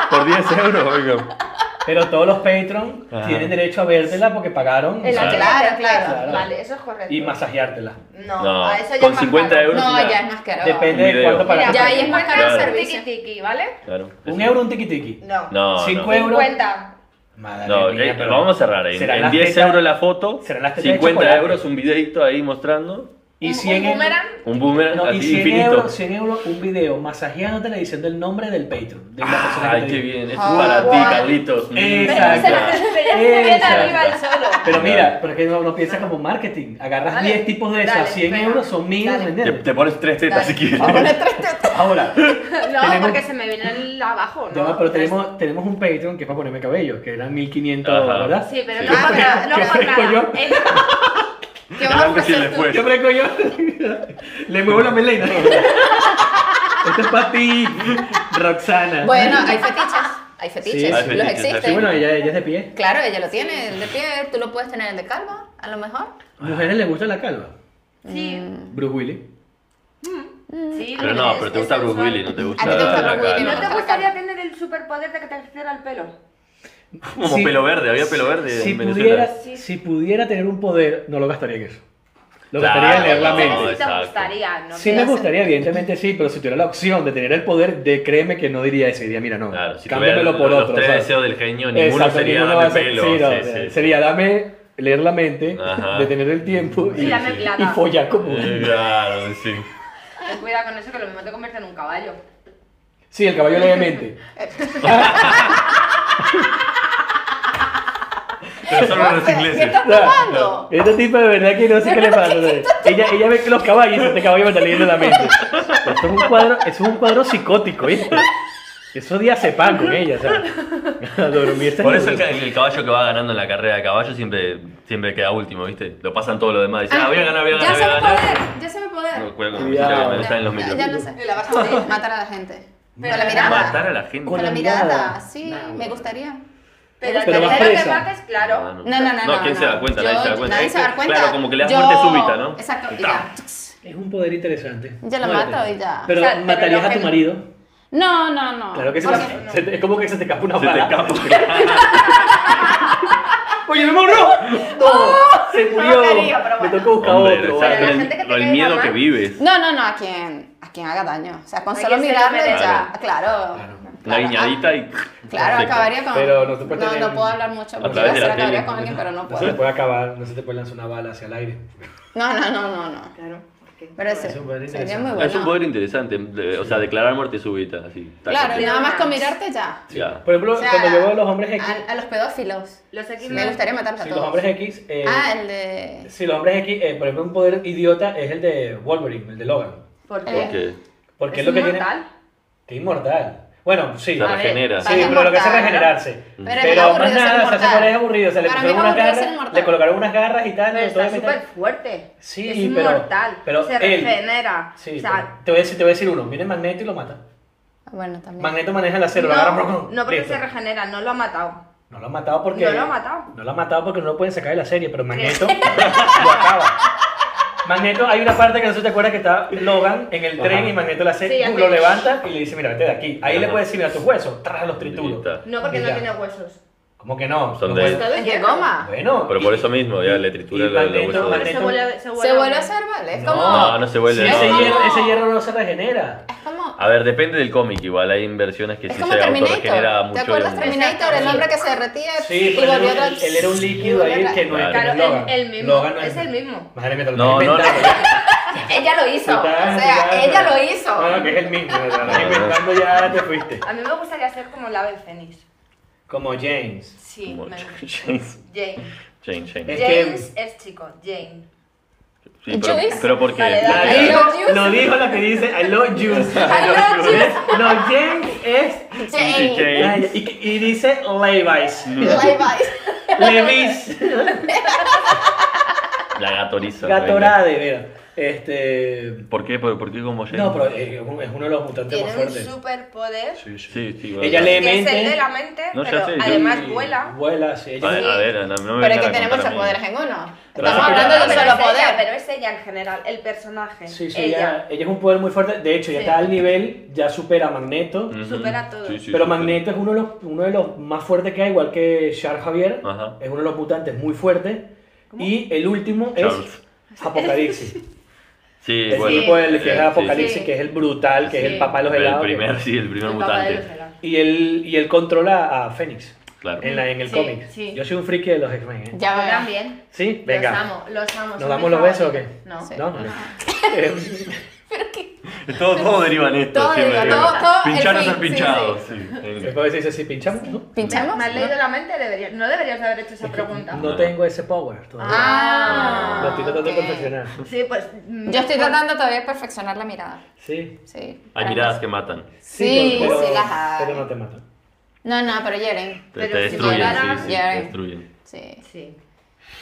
Por 10 euros, oiga.
pero todos los Patreon
Ajá.
tienen derecho a vértela porque pagaron
El
o sea,
antes y el
Claro,
después,
claro.
Claro.
Vale, eso es correcto.
y masajeártela.
No,
No,
a eso ya
con
es más
50
caro.
euros.
No,
una-
ya es más caro.
Depende
Un
de
video.
cuánto
Mira,
pagaste.
Ya ahí es más caro el
Claro.
servicio.
Tiki tiki, ¿vale?
Claro.
Un euro un tiki-tiki.
No.
No, no.
Cinco euros.
50.
Madre
No,
mía,
eh,
pero-
vamos a cerrar ahí.
serán
En
las
10
tetas-
euros la foto,
serán las tetas de
50
chocolate.
euros un videito ahí mostrando,
Y
un-
100
un boomerang.
un boomerang
No, y
así
100
infinito.
euros, 100 euros un video masajeándotela diciendo el nombre del Patreon. De la persona
Ah, Ay,
que te
qué
dio.
bien, eso
Ah,
para ti,
guay.
Carlitos. Mm.
Exacto.
Claro.
Pero ya se viene
Exacto.
arriba el solo.
Pero mira, pero es que no, no piensas como marketing. Agarras
Dale,
10 tipos de eso a
dale,
100
venga.
euros, son 1000,
Dale.
Te,
¿entiendes?
te pones tres tetas si quieres.
Ponle tres tetas.
Ahora,
No,
Tenemos-
porque se me viene el abajo, ¿no?
ya va, pero tenemos, tenemos un Patreon que es para ponerme cabello, que eran 1500,
Ajá.
¿verdad?
Sí, pero no,
Sí.
por nada,
¿Qué
no por
ofrezco
nada.
yo?
Eh,
Es-
¿Qué vas a
Antes y el
ofrecer tú?
después.
Yo me yo. Le muevo la melena. Esto es para ti, Roxana.
Bueno, hay fetiches. Hay fetiches.
Sí, hay
los
fetiches,
existen.
Sí, bueno, ella, ella es de pie.
Claro, ella lo tiene, el de pie, tú lo puedes tener el de calva, a lo mejor.
¿Mujeres les gusta la calva?
Sí,
Mm.
Mm.
Bruce Willis.
sí.
Pero no,
es-
pero te
es
gusta Bruce
sensual.
Willis, no te gusta.
A ti te gusta Bruce Willis,
¿No
no.
te gustaría tener el superpoder de que te creciera el pelo?
Como
Si-
pelo verde, había pelo verde
Si
en Venezuela.
pudiera, si pudiera tener un poder, no lo gastaría en eso. Lo
Claro.
gastaría en leer la
No,
mente.
Sí, te
exacto.
gustaría, ¿no?
Sí me gustaría, evidentemente sí, pero si tuviera la opción de tener el poder, de créeme que no diría ese día, mira, no,
Claro, si
cámbiamelo
tuviera
por
los
otro.
tres
¿sabes?
deseos del genio, ninguno
Exacto,
sería
ninguno va
darme
a ser-
pelo.
sí, no,
Sí,
o sea,
sí, sí.
Sería dame leer la mente,
Ajá.
detener el tiempo y,
Sí, dame
y
plata.
follar como un-
Eh, Claro, sí.
Ten cuidado con eso que lo mismo te convierte en un caballo.
Sí, el caballo lee mente.
Pero solo los
¿Qué
ingleses.
estás jugando?
Este tipo de verdad que no sé qué le pasa. ¿sabes? Ella, ella ve que los caballos y este caballo me está leyendo la mente. Esto es un cuadro, eso es un cuadro psicótico, ¿viste? Esos días se pan con ella, ¿sabes? A dormirse
Por eso
en
el,
la-
ca- el caballo que va ganando en la carrera de caballo siempre, siempre queda último, ¿viste? Lo pasan todos los demás. Dicen, ah, voy a ganar, voy a ganar,
Ya
voy a
sé mi
ganar.
poder, ya sé mi poder.
No, cuidado con
Cuidado.
cuidado, me están en los
Ya-
micros.
ya no sé.
Y la vas a abrir.
Matar a la gente.
Matar
Con la
a la
mirada.
Matar a la gente.
Con
Con
la
la
mirada,
mirada.
sí,
No.
me gustaría.
Pero al
Pero vas
tercero que
presa.
mates, claro.
No, no, no.
Ah, ¿quién se da cuenta?
Yo-
nadie se da cuenta.
Nadie se va a dar cuenta.
Claro, como que le das
Yo-
muerte súbita, ¿no?
Exacto, y
Ta.
ya. Tss.
Es un poder interesante.
Ya lo
Muerte.
mato y ya.
Pero
O sea, pero
matarías
lo
a tu
gen-
marido.
No, no, Ah. no.
Claro que se,
Porque-
te- se te- es como que se te escapa una
Se te
bala.
escapa.
Oye, me morro. No, se murió.
quería, pero
Me
bueno.
tocó buscar
Hombre,
otro.
o sea,
Pero la
con el-
gente que te
con el
cae
miedo
mal.
que vives.
No, no, no, a quien, a quien haga daño. O sea, con
A
solo
quien se lo
mirarlo
merezca.
ya. Claro.
Claro.
Una
Claro,
guiñadita y.
ah, Claro,
Perfecto.
acabaría con.
Pero no se puede
no,
tener-
no puedo hablar mucho
través
porque iba a
de
decir
la tele.
acabaría con alguien, pero
No
no
se te
puedo.
puede acabar, no se te puede lanzar una bala hacia el aire.
No, no, no, no, no.
Claro. que-
Pero ese-
Es un poder
sería
interesante.
muy
Ah, Es un
bueno.
poder interesante, de- o sea, declarar muerte súbita, así. tac,
Claro,
tac,
nada más con mirarte ya.
tac, ya.
Por ejemplo,
O sea,
cuando yo veo a los hombres X,
A, a los pedófilos.
Los X
Me gustaría matarlos
si
a
los
todos.
hombres X, eh,
Ah, el de.
si los hombres X, eh, por ejemplo, un poder idiota es el de Wolverine, el de Logan.
¿Por qué?
¿Por qué?
Porque
¿Es
es, lo que
inmortal?
tiene. Que inmortal. Bueno, sí.
Se
ver,
regenera.
Sí,
Para
pero lo que hace es
inmortal, ¿no?
regenerarse.
Pero
Pero,
es aburrido
más
ser
nada, se hace
inmortal.
por ahí aburrido. O sea, le
Para mí es
pusieron unas
aburrido ser
garras,
inmortal.
le colocaron unas garras y tal.
Pero
le
está
tuvieron que meter-
súper fuerte.
Sí,
es
pero-
inmortal.
pero
se
él-
regenera.
Sí,
o sea,
pero te, voy a decir, te voy a decir uno. Viene Magneto y lo mata.
Ah, Bueno, también.
Magneto maneja la célula. agarra, brum,
no,
brum,
no porque
listo.
se regenera, no lo ha matado.
No lo ha matado porque.
No lo ha matado.
No lo ha matado porque no lo pueden sacar de la serie, pero Magneto lo acaba. Magneto, hay una parte que no sé si te acuerdas que está Logan en el tren
Ajá.
y Magneto la hace,
Sí,
¡pum!
hace-
lo levanta y le dice, mira, vete de aquí. Ahí le
Ajá.
puede decir, mira, tus huesos, tras los
Y
trituros.
ta.
No porque
Y
no
ya.
tiene huesos.
¿Cómo que no?
Son
Los
de-
huesos-
Todo
¿Es de
hierro.
goma?
Bueno.
Pero por eso mismo, ya le tritura
y
la- la
Magneto-
hueso de-
Pero se
Magneto-
vuelve, se vuelve,
Se vuelve a ser, ¿vale? Es
No. Ah,
como.
No, no se vuelve.
Sí,
no.
ese,
no.
hierro, ese hierro no se regenera.
Es como.
A ver, depende del cómic igual, hay inversiones que
Es
sí
como
se autorregenera
Terminator.
mucho.
¿Te acuerdas
el-
Terminator? El hombre que se retira
Sí,
y
pero él,
volvió
era
otra
un- él era un líquido ahí que no es, que no
Claro,
es Logan.
el, el mismo.
Logan no
es el mismo.
Madre mía, te lo
No,
estoy
no, no.
inventando.
Ella lo hizo. O
Total, total,
sea, ella
pero-
lo hizo.
No, no, que es el mismo. o sea,
no.
Inventando ya te fuiste.
A mí me gustaría ser como el ave fénix.
Como James.
Sí,
como-
me gusta.
James,
Jane.
James, James.
Es que-
James es chico, Jane.
Sí, pero,
Juice.
pero ¿por qué?
Dale, dale.
I love you.
lo dijo la que dice I love you.
love you.
No, James es.
Sí,
Jane.
James.
Y, y dice Levi's.
Bye bye.
Levi's.
La gatoriza.
Gatorade, mira. Este.
¿Por qué? ¿Por, por qué como James?
No, pero es es uno de los mutantes más
Tiene un
fuertes.
superpoder.
Sí, sí.
Sí, sí,
Ella
vale.
lee
Que es el de
mente.
la mente,
No, ya
pero
sé, yo-
además vuela.
Vuela, sí.
A
Ella
ver,
Sí.
a ver, no, no me
Pero es
vengan
que
a
tenemos
contar a
muchos
mí.
poderes en uno.
Pero-
Estamos hablando de un
Pero
solo
es ella,
poder.
pero es ella en general, el personaje.
Sí, sí, ella.
ella.
Ella, es un poder muy fuerte. De hecho, ya
Sí.
está al nivel, ya supera a Magneto.
Ujú.
supera todo.
Sí, sí,
pero
sí,
Magneto es uno de, los, uno de los más fuertes que hay, igual que Charles Javier.
Ajá.
Es uno de los mutantes muy fuertes. Y el último
Charles.
es Apocalipsis.
Sí,
el
bueno.
tipo del que es
Sí,
Apocalipsis,
Sí.
que es el brutal, que es
Sí.
el papá de los
El
helados. que-
primer, sí, el primer
El papá de
mutante.
Lucela.
Y él, y él controla a Fénix
Claro.
en, la- en el
Sí,
cómic.
sí.
Yo soy un friki de los X-Men. ¿eh?
Ya
Yo
verán.
también.
¿Sí?
Los
Venga.
amo, los amo.
¿Nos
son
damos
mis
los besos o qué?
favoritos. No.
Sí.
No, no. Em,
Todo, todo deriva en esto.
Todo
siempre
deriva,
deriva.
todo- todo-
Pinchar o
en
ser
fin, sí,
pinchado. Sí,
después a veces dice así, pinchamos, ¿no?
¿Pinchamos?
Me has leído la mente, debería- no deberías haber hecho esa pregunta.
No tengo ese power todavía.
Ah.
Lo estoy tratando
ok.
de perfeccionar.
Sí, pues.
Yo estoy tratando todavía de perfeccionar la mirada.
Sí.
Sí.
Hay miradas que matan.
Sí,
pero-
sí las hay.
Pero no te matan.
No, no, pero lloren.
Te,
Pero
te
si
destruyen,
llegaran-
sí, sí,
Ya.
te destruyen.
Sí.
Sí.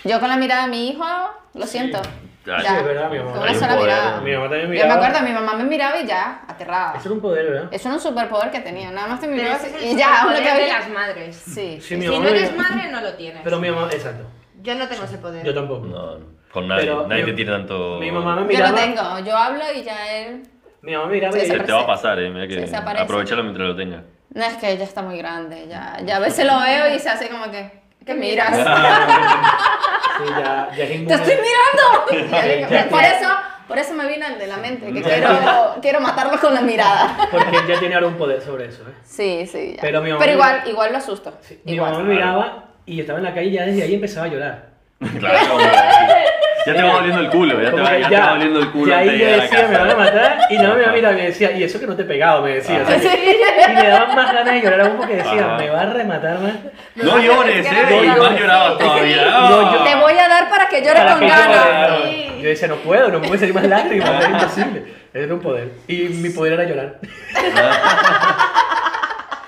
Yo con la mirada de mi hijo, lo siento.
Ya.
Sí, es verdad, mi mamá.
Con
Hay
una
un
sola
poder.
mirada.
Mi mamá también
Yo me
miraba.
acuerdo, mi mamá me miraba y ya, aterrada.
Eso era un poder, ¿verdad?
Eso era un superpoder que tenía. Nada más te
Pero
miraba
ese es el
y ya, uno
superpoder
que
de
abría.
las madres.
Sí.
Sí,
Si
mi
no
mamá
eres
miraba.
madre, no lo tienes.
Pero mi mamá, exacto.
Yo no tengo ese poder.
Yo tampoco.
No, con nadie.
Pero
nadie
mi-
te tiene tanto.
Mi mamá me
Yo
miraba.
lo tengo. Yo hablo y ya él.
Mi mamá miraba
Sí,
y
se
Te, te va a pasar, eh. Mira
Sí,
que
se aparece.
aprovechalo mientras lo tengas.
No, es que ella está muy grande. Ya, ya a veces lo veo y se hace como que. ¿Qué miras?
Sí, ya, ya es
¡Te
inmune.
estoy mirando!
Ya.
por eso, por eso me vino el de la mente, que quiero, quiero matarlo con la mirada.
Porque él ya tiene ahora un poder sobre eso, ¿eh?
Sí, sí. ya.
Pero mi mamá-
igual, igual lo asusto.
Sí, Mi
igual.
mamá me miraba y yo estaba en la calle y ya desde ahí empezaba a llorar.
Claro, hombre, sí. Ya te va doliendo el culo, ya te
Como
va,
que
ya te va doliendo el culo
ya
antes
ahí
de
yo
llegar a la
decía, me van a
casa. ¿eh?".
matar. Y no me miraba y me decía, y eso que no te he pegado, me
Ah.
decía. o sea,
Sí.
que- y me daban más ganas de llorar aún porque decía,
Ajá.
me va a rematar más.
No llores, eh. Y más llorabas todavía. Ah.
No, yo-
Te voy a dar para que llores
"Ah, Para
con
que
ganas.
llore, no. Yo decía, no puedo, no me pueden salir más lágrimas, es imposible. Era un poder. Y mi poder era llorar.
Ah,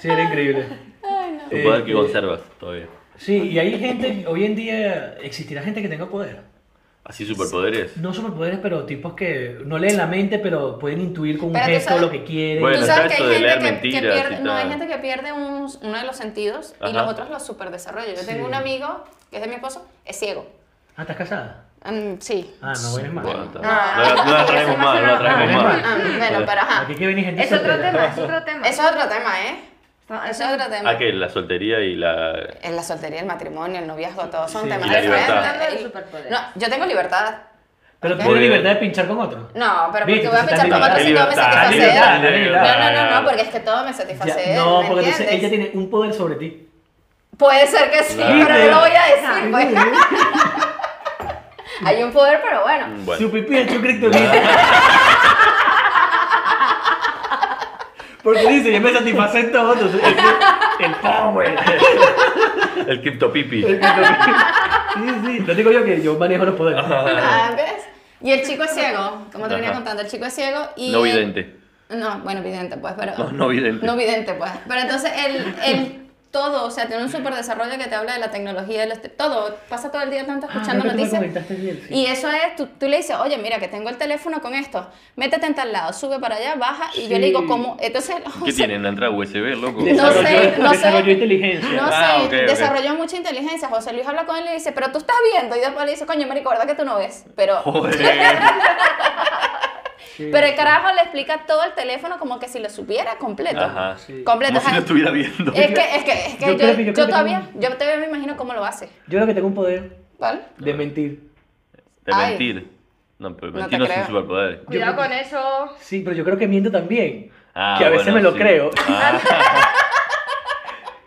Sí, era increíble.
Un poder que
Eh,
conservas todavía.
Sí, y hay gente, hoy en día existirá gente que tenga poder.
Así superpoderes.
No superpoderes, pero tipos que no leen la mente, pero pueden intuir con un
Pero tú
gesto
sabes-
lo que quieren.
Bueno,
Tú sabes que
esto
hay
de leer
gente que, que
mentiras
pierde,
y
no, hay
tal.
gente que pierde un- uno de los sentidos y
Ajá.
los otros los superdesarrolla. Yo tengo
Sí.
un amigo que es de mi esposo, es ciego.
Ah, ¿estás casada?
Mm, sí.
Ah, no, eres más.
Bueno, está. No la- no la traemos más, no la traemos
Ah,
más.
Ah, bueno, pero ajá.
Aquí que venís gente
Es otro
soltera.
tema, es otro tema.
Eso es otro tema, ¿eh?
Está-
Eso es otro tema.
Ah, que la soltería y la.
En la soltería, el matrimonio, el noviazgo, todos son
Sí.
temas
Y la
diferentes.
libertad.
Y- No, yo tengo libertad.
Pero
Ok.
tú tienes libertad de pinchar con otro.
No, pero porque
Viste,
voy a
tú
pinchar con
estás
otro si todo me
libertad,
satisface.
libertad,
él. No,
libertad.
no, no, no, porque es que todo me satisface.
Ya,
él,
no,
¿me
porque entonces
entiendes?
ella tiene un poder sobre ti.
Puede ser que sí,
Claro.
pero no lo voy a decir. pues. Hay un poder, pero bueno.
Bueno.
Su pipí hecho criptonita. Porque dice, yo me satisfacen todos. El, el power.
Oh, El criptopipi.
El criptopipi. Sí, sí. Lo digo yo que yo manejo los poderes.
Ah, ¿ves? Y el chico es ciego, como te venía
Ajá.
contando, el chico es ciego y...
No
él-
vidente.
No, bueno, vidente pues, pero...
No, no vidente.
No vidente pues. Pero entonces el, el todo, o sea, tiene un súper desarrollo que te habla de la tecnología, de los te- todo, pasa todo el día tanto escuchando
Ah, creo que tú me
noticias.
comentaste bien, sí.
Y eso es, tú, tú le dices, oye, mira, que tengo el teléfono con esto, métete en tal lado, sube para allá, baja, y yo le digo,
Sí.
¿cómo? Entonces, o
¿Qué
sea,
tienen? ¿La entrada USB, loco?
No sé, no sé.
Desarrolló inteligencia.
No
Ah,
sé,
ok, ok.
desarrolló mucha inteligencia. José Luis habla con él y le dice, pero tú estás viendo. Y después le dice, coño, marico, ¿verdad que tú no ves? Pero,
Joder.
Sí.
pero el carajo le explica todo el teléfono como que si lo supiera completo.
Ajá.
Sí.
Como
Completo.
si
ajá. Eh,
lo estuviera viendo.
Es que, es que, es que
Yo
yo,
creo que- yo
yo
creo que
todavía, yo todavía me imagino cómo lo hace.
Yo creo que tengo un poder
¿Vale?
de mentir.
De
Ay.
mentir. No, pero
No
mentir
te
no es un
creo.
superpoder.
Cuidado
creo que-
con eso.
Sí, pero yo creo que miento también.
Ah,
que a veces
bueno,
me lo
sí.
creo.
Ah,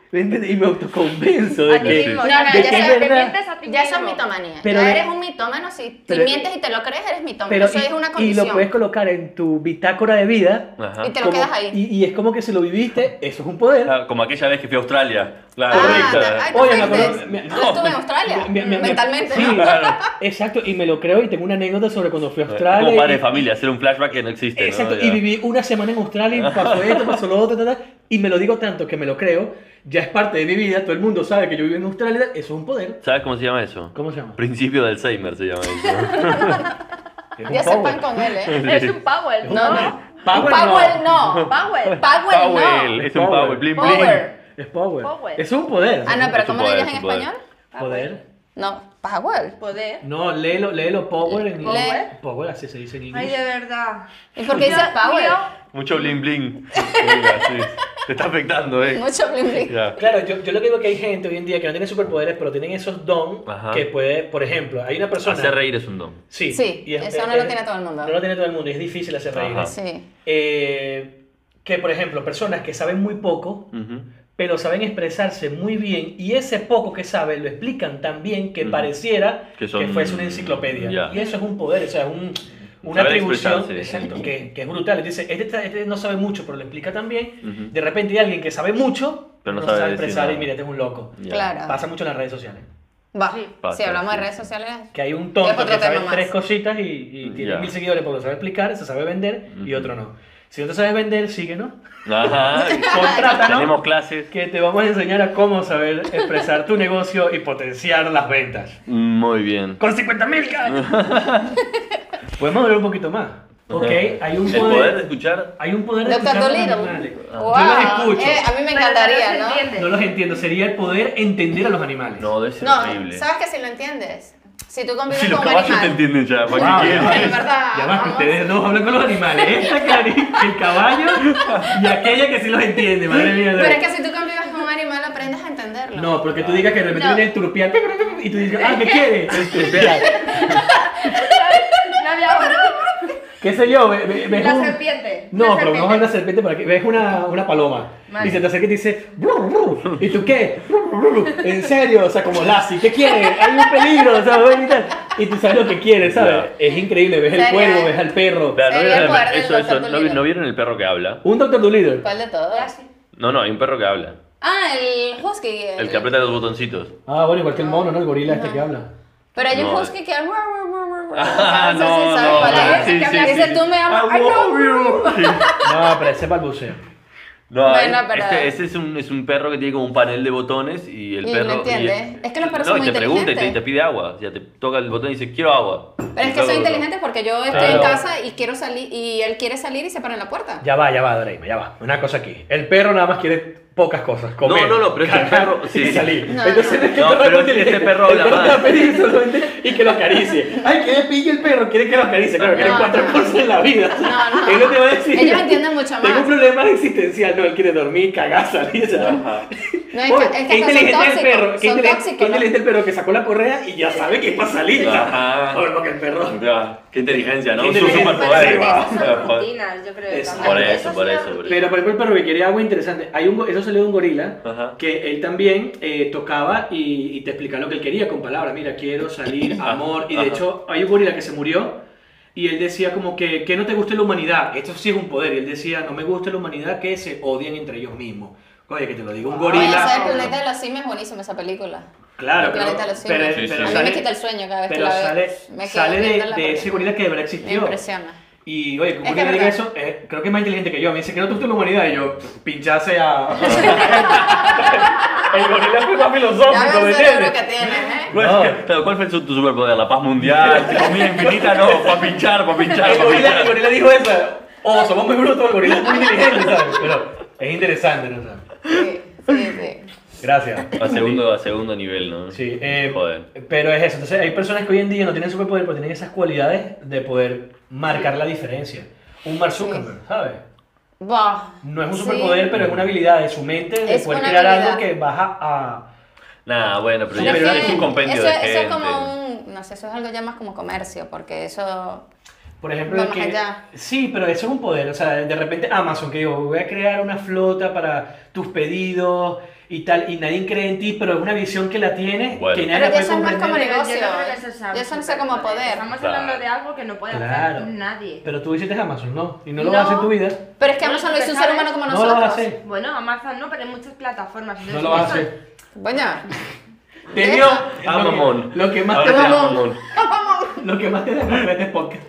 ¿Me entiendes? Y me autoconvenzo de
A ti
Sí, sí.
que.
mismo.
No,
ya
no,
te-
ya
te
sé, ¿verdad?
mientes a ti
Ya eso es
mismo.
mitomanía.
Pero-
ya eres un mitómano. Si, si
pero-
mientes y te lo crees, eres mitómano.
Pero
eso
y-
es una
y
condición.
lo puedes colocar en tu bitácora de vida.
Ajá.
Y te lo
como-
quedas ahí.
Y, y es como que si lo viviste, eso es un poder.
Ah, Como aquella vez que fui a Australia. La
Ah,
revista.
ay,
Oye, me
fuiste.
acuerdo- me-
Yo estuve en Australia,
Me- me- me-
mentalmente.
Sí,
¿no?
claro. Exacto, y me lo creo y tengo una anécdota sobre cuando fui a Australia.
Como padre
y-
de familia, hacer un flashback que no existe. ¿no?
Exacto,
Ya.
y viví una semana en Australia y pasó esto, pasó lo otro, ta, ta, y me lo digo tanto que me lo creo, ya es parte de mi vida, todo el mundo sabe que yo vivo en Australia, eso es un poder.
¿Sabes cómo se llama eso?
¿Cómo se llama?
Principio de Alzheimer se llama eso.
Es un power.
Ya sepan con él, ¿eh?
Es un Powell,
No,
¿no?
no.
Power
Powell
no.
no.
Powell.
Powell no.
Powell, es un Powell, bling bling.
Power.
Es power.
Power.
Es un poder.
Ah, no, pero
Es un
¿cómo lo
poder,
dirías en
es un poder.
español?
Poder.
No, Powell.
Poder.
No, léelo, léelo power en
Le-
inglés. Power, así se dice en
Ay,
inglés.
de verdad.
¿Y por qué dices
Yo-
Powell?
yo-
Mucho bling bling. Mira, sí. Te está afectando, eh.
Mucho bling bling.
Ya.
Claro, yo, yo lo que digo es que hay gente hoy en día que no tiene superpoderes, pero tienen esos don
Ajá.
que puede, por ejemplo, hay una persona...
Hacer reír es un don.
Sí,
Sí,
y es-
eso no
es-
lo tiene todo el mundo.
No lo tiene todo el mundo y es difícil hacer reír.
Ajá.
Sí.
Eh, que, por ejemplo, personas que saben muy poco,
Ujú.
pero saben expresarse muy bien y ese poco que saben lo explican tan bien que
Ujú.
pareciera
Que
que,
son-
fuese una enciclopedia.
Ya.
Y eso es un poder, o sea, un- una
Saber
atribución
expresarse,
exacto,
sí.
que, que es brutal. Dice, este, está- este no sabe mucho, pero lo explica tan bien.
Ujú.
De repente hay alguien que sabe mucho, pero
Pero no
no,
sabe
sabe
decir
expresar y
nada.
mira, este es un loco.
Ya.
Claro.
Pasa mucho en las redes sociales.
Va.
Sí.
Pasa,
Si hablamos
sí.
de redes sociales.
Que hay un tonto
Es otro
que sabe
tema más.
tres cositas y, y tiene
Ya.
mil seguidores porque lo sabe explicar, se sabe vender y
Ujú.
otro no. Si no te sabes vender, sigue, ¿no?
Ajá.
Contrátanos.
Tenemos clases.
que te vamos a enseñar a cómo saber expresar tu negocio y potenciar las ventas.
Muy bien.
¡Con 50 mil Podemos hablar un poquito más. Ok, hay un
El poder de
poder.
escuchar.
Hay un poder de
Doctor
escuchar a los
Dolittle.
animales.
Wow.
Yo los escucho.
Eh, a mí me
Pero
encantaría,
no
¿no?
se entiende.
No los entiendo. Sería el poder entender a los animales.
No, debe ser
No,
horrible.
sabes que si lo entiendes. Si tú convives
Si los
con un
caballos te
animal.
entienden ya, ¿para
Wow,
qué
ya
quieres?
va,
Es verdad,
Ya va, que
vamos.
ustedes dos hablan con los animales. Esta Clarín, el caballo y aquella que sí los entiende, madre mía.
Pero es que si tú convives con un animal aprendes a entenderlo.
No, porque tú digas que de repente
No.
viene el turpiante y tú dices, ah, ¿qué quiere?
No había
¿Qué sé yo? ve- ve- ves
La
un-
serpiente.
No,
la
pero no es
serpiente.
una serpiente por aquí, ves una, una paloma.
Vale.
Y se te acerca y te dice, "Brr, brr". ¿y tú qué? "Brr, brr, brr". En serio, o sea, como Lassie, ¿qué quieres? Hay un peligro, o sea, ven y tal. Y tú sabes lo que quieres, ¿sabes? Es increíble, ves el
Sería-
cuervo, ves al perro.
Claro, no
Sería
vieron el-
poder del
eso, eso.
Dr.
¿No, vi-
Dolittle.
no vieron el perro que habla?
Un Doctor Dolittle.
¿Cuál de
Ah,
todos?
No, no, hay un perro que habla.
Ah, el husky.
El que aprieta los botoncitos.
Ah, bueno, igual que el mono, ¿no? El gorila este que habla.
Pero hay un
No. eh.
husky que habla.
Ah,
No sé si sabes cuál es.
sí, sí,
Dice,
sí.
tú me amas.
I
I love you.
love you. Sí.
No, pero ese es balbuceo.
No,
Bueno,
es-
pero-
este, este es, un, es un perro que tiene como un panel de botones y el
Y
perro.
no entiende.
y-
Es que los perros
no,
son
y
muy
te pregunta y te,
inteligentes.
te pide agua. O sea, te toca el botón y dice, quiero agua.
Pero es que soy inteligente porque yo estoy
Claro.
en casa y quiero salir y él quiere salir y se para en la puerta.
Ya va, ya va, Doreima, ya va. Una cosa aquí. El perro nada más quiere pocas cosas. Comer,
No, no, no, pero es que el perro-
cagar
sí,
y
sí.
salir.
No,
Entonces
no.
es que
No,
el
pero
perro
este
inteligente.
perro habla
El perro
más.
está feliz solamente y que lo acaricie. Ay, que le pille el perro, quiere que lo acaricie. Claro, quiere
No,
cuatro
no.
cosas en la vida.
No, no.
Él no te va a decir.
Ellos entienden mucho más.
Tengo un problema existencial. No, él quiere dormir, cagar, salir. o sea.
No, es que-
Oye,
es
qué
que son
inteligente el
tóxicos,
perro. Qué
son
intele-
tóxicos,
qué
¿no?
inteligente el perro que sacó la correa y ya sabe que es para salir.
Ajá.
Joder, porque el perro.
Ya, qué inteligencia, ¿no?
Qué
Un
inteligencia.
superpoder.
Sí,
Esas son
Joder.
rutinas, yo creo.
Eso.
también.
Por
Esas
eso,
son
por
las
eso, por
rutinas.
eso.
Pero por ejemplo el perro que quería algo interesante, hay un, eso salió de un gorila
Ajá.
que él también eh, tocaba y, y te explicaba lo que él quería con palabras. Mira, quiero salir, amor. Y de
Ah, Ajá.
hecho, hay un gorila que se murió y él decía como que, que no te guste la humanidad. Esto sí es un poder. Y él decía, no me gusta la humanidad que se odian entre ellos mismos. Oye, que te lo digo, un
Oye,
gorila.
esa del planeta de los simios es buenísima esa película.
Claro,
El
pero,
planeta de los
pero-
simios.
Sí, sí.
pero
A mí
me
sale,
quita el sueño cada vez que
pero
la veo.
sale,
Me quedo
sale de,
viéndola
de
porque
ese gorila que de verdad
Me
existió.
impresiona.
Y oye,
Es
como
que
que
es
me diga
verdad.
eso, eh, creo que es más inteligente que yo. Me dice que no te gusta la humanidad y yo pinchase a.
El gorila fue más
Ya
filosófico,
ves
¿me
el cerebro que
entiendes?
tienes, ¿eh?
¿Cuál, claro, ¿Cuál fue su- tu superpoder? ¿La paz mundial? ¿Comida infinita? No, para pinchar, para pinchar,
el,
para
gorila, el
pinchar.
gorila dijo eso. O Oh, somos muy brutos, el gorila es muy inteligente, ¿sabes? Pero es interesante, ¿no sabes?
Sí, sí, sí.
Gracias.
A segundo, a segundo nivel, ¿no?
Sí, eh,
Joder.
pero es eso. Entonces, hay personas que hoy en día no tienen superpoder, pero tienen esas cualidades de poder marcar la diferencia. Un Mark Zuckerberg, ¿sabes?
Buah,
No es un
sí.
superpoder, pero es una habilidad de su mente de
Es
poder
una
crear algo
habilidad.
que baja a.
Nada, bueno, pero
Pero
ya
Pero
es
que
un compendio
eso,
de
eso
gente.
es como un. No sé, eso es algo ya más como comercio, porque eso.
Por ejemplo, de
Vamos
que-
allá.
sí, pero eso es un poder. O sea, de repente Amazon, que digo, voy a crear una flota para tus pedidos y tal, y nadie cree en ti, pero es una visión que la tienes,
Bueno.
que nadie
Pero
la
ya
puede
eso es más como
comprender.
Pero yo
negocio.
no creo que eso sea
Ya eso no sé
superpoder.
como poder.
Estamos
Claro.
hablando de algo que no puede
Claro.
hacer nadie.
Pero tú hiciste Amazon, ¿no? Y no lo
No.
vas a hacer en tu vida.
Pero es que Amazon lo hizo un ser humano como
No
nosotros.
lo vas a hacer.
Bueno, Amazon no, pero hay muchas plataformas.
No
entonces
lo vas a
eso-
hacer.
Bueno,
Te dio.
Ah,
lo que-
mamón.
Lo que más
Ahora
te
te amo,
da.
amor.
Lo que más te da es vete podcast.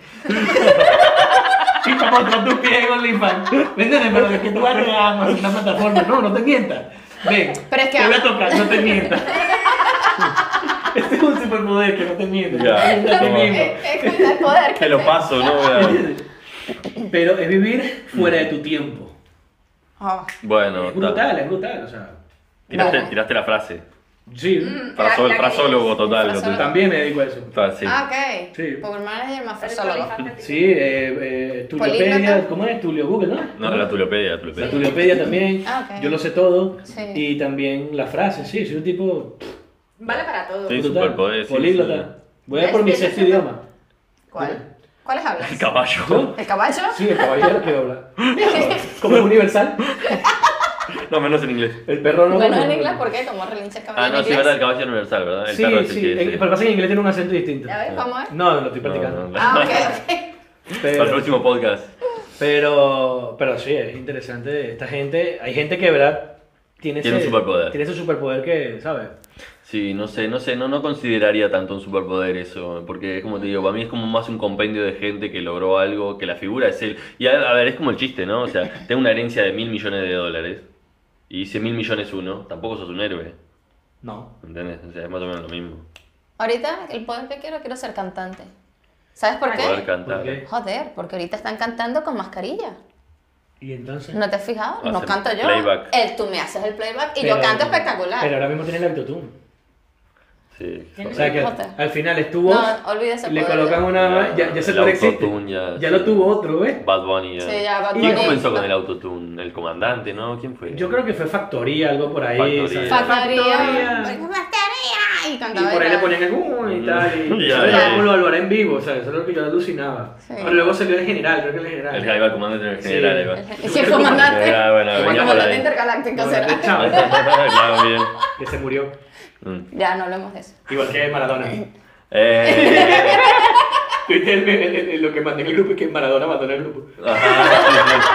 Chicha contra tus pies en OnlyFans. ¿Me entiendes? Pero es que tú vas a Amazon, una plataforma. No, no te mientas. Ven.
Pero es que-
Te voy a tocar, no te mientas. Este es un superpoder que no te mientas. Este
Ya.
no te mientas.
es es como el poder.
Te lo paso, ¿no? Bueno,
Pero es vivir fuera de tu tiempo.
Oh,
Bueno,
Es
está.
brutal, es brutal. O sea,
Tiraste,
Vale.
tiraste la frase.
sí.
Mm, la-
Frasol-
la que-
frasólogo total. lo
Frasólogo.
tuyo.
También me dedico a eso.
Está, sí.
Ah, ok.
Sí.
Power Manager más
Eres
frasólogo.
polifacético.
Sí, eh, eh, Tuliopedia,
Políglota.
¿cómo es? Tulio Google, ¿no?
No, la tulopedia, la
La
tulopedia.
Tuliopedia también,
Ah, ok.
yo lo sé todo.
Sí.
Y también las frases, sí, soy un tipo
Vale para todo.
Sí.
brutal,
superpoder, sí,
políglota. Voy a
¿Ves?
por mi
Tienes
sexto
razón.
idioma.
¿Cuál? ¿Cuáles hablas?
El caballo.
¿El caballo?
Sí, el caballero que habla. Como es universal,
No, menos en inglés.
el perro no
Bueno,
habla.
en inglés, ¿por qué? Como relincha el caballo
Ah,
en
no, sí,
inglés.
verdad, el caballo universal, ¿verdad? El
Sí,
perro es el
sí,
que-
en- pero pasa que en inglés tiene un acento distinto.
A ver, ¿cómo es?
No, lo estoy
No,
practicando.
no, no.
Ah, ok, ok.
Para el
Pero,
próximo podcast.
pero, pero sí, es interesante. Esta gente, hay gente que de verdad tiene,
Tiene
ese-
un superpoder.
Tiene ese superpoder que, ¿sabes?
Sí, no sé, no sé, no, no consideraría tanto un superpoder eso, porque es como te digo, para mí es como más un compendio de gente que logró algo, que la figura es él. Y a, a ver, es como el chiste, ¿no? O sea, tengo una herencia de mil millones de dólares y hice mil millones uno, tampoco sos un héroe,
No.
¿entendés? O sea, es más o menos lo mismo.
Ahorita, el poder que quiero, quiero ser cantante. ¿Sabes por
Ah, Poder
qué?
cantar.
¿Por qué?
Joder, porque ahorita están cantando con mascarilla.
Y entonces.
¿No te has fijado? No
Hacen
canto yo.
playback.
El- tú me haces el playback y yo
Pero-
canto espectacular.
Pero ahora mismo tiene el autotune.
Sí.
O sea que
Jota.
al final es tu
No,
voz,
olvídese.
le colocan una. Ya, ya se
El
puede existe.
autotune ya,
Ya
sí.
lo tuvo otro, ¿ves?
Bad Bunny. ya.
Sí, ya, Bad
¿Quién
Bunny.
comenzó con el autotune? El comandante, ¿no? ¿Quién fue?
Yo creo que fue Factoría, algo por ahí. ¿sabes?
Factoría.
Factoría.
Factoría.
Factoría. Y
Y
cantaba.
por ahí le
era-
ponían el "Uh", y tal. Y
Ya,
eso
ya,
era
ya.
como lo Alvará en vivo, o sea, eso es lo que yo alucinaba.
Sí.
Pero luego salió el general, creo que el general.
El ahí va el comandante en
Sí.
general. ahí va.
Es que el comandante.
Ya, Ah, bueno,
el
venía por
comandante
ahí.
intergaláctico será.
Comandante Chávez,
Claro, bien.
que se murió.
Mm.
Ya, no hablemos de eso.
Igual que Maradona.
Eh,
Viste, el- el- el- lo que mandé en el grupo es que Maradona abandonó el grupo.
ajá, sí, sí.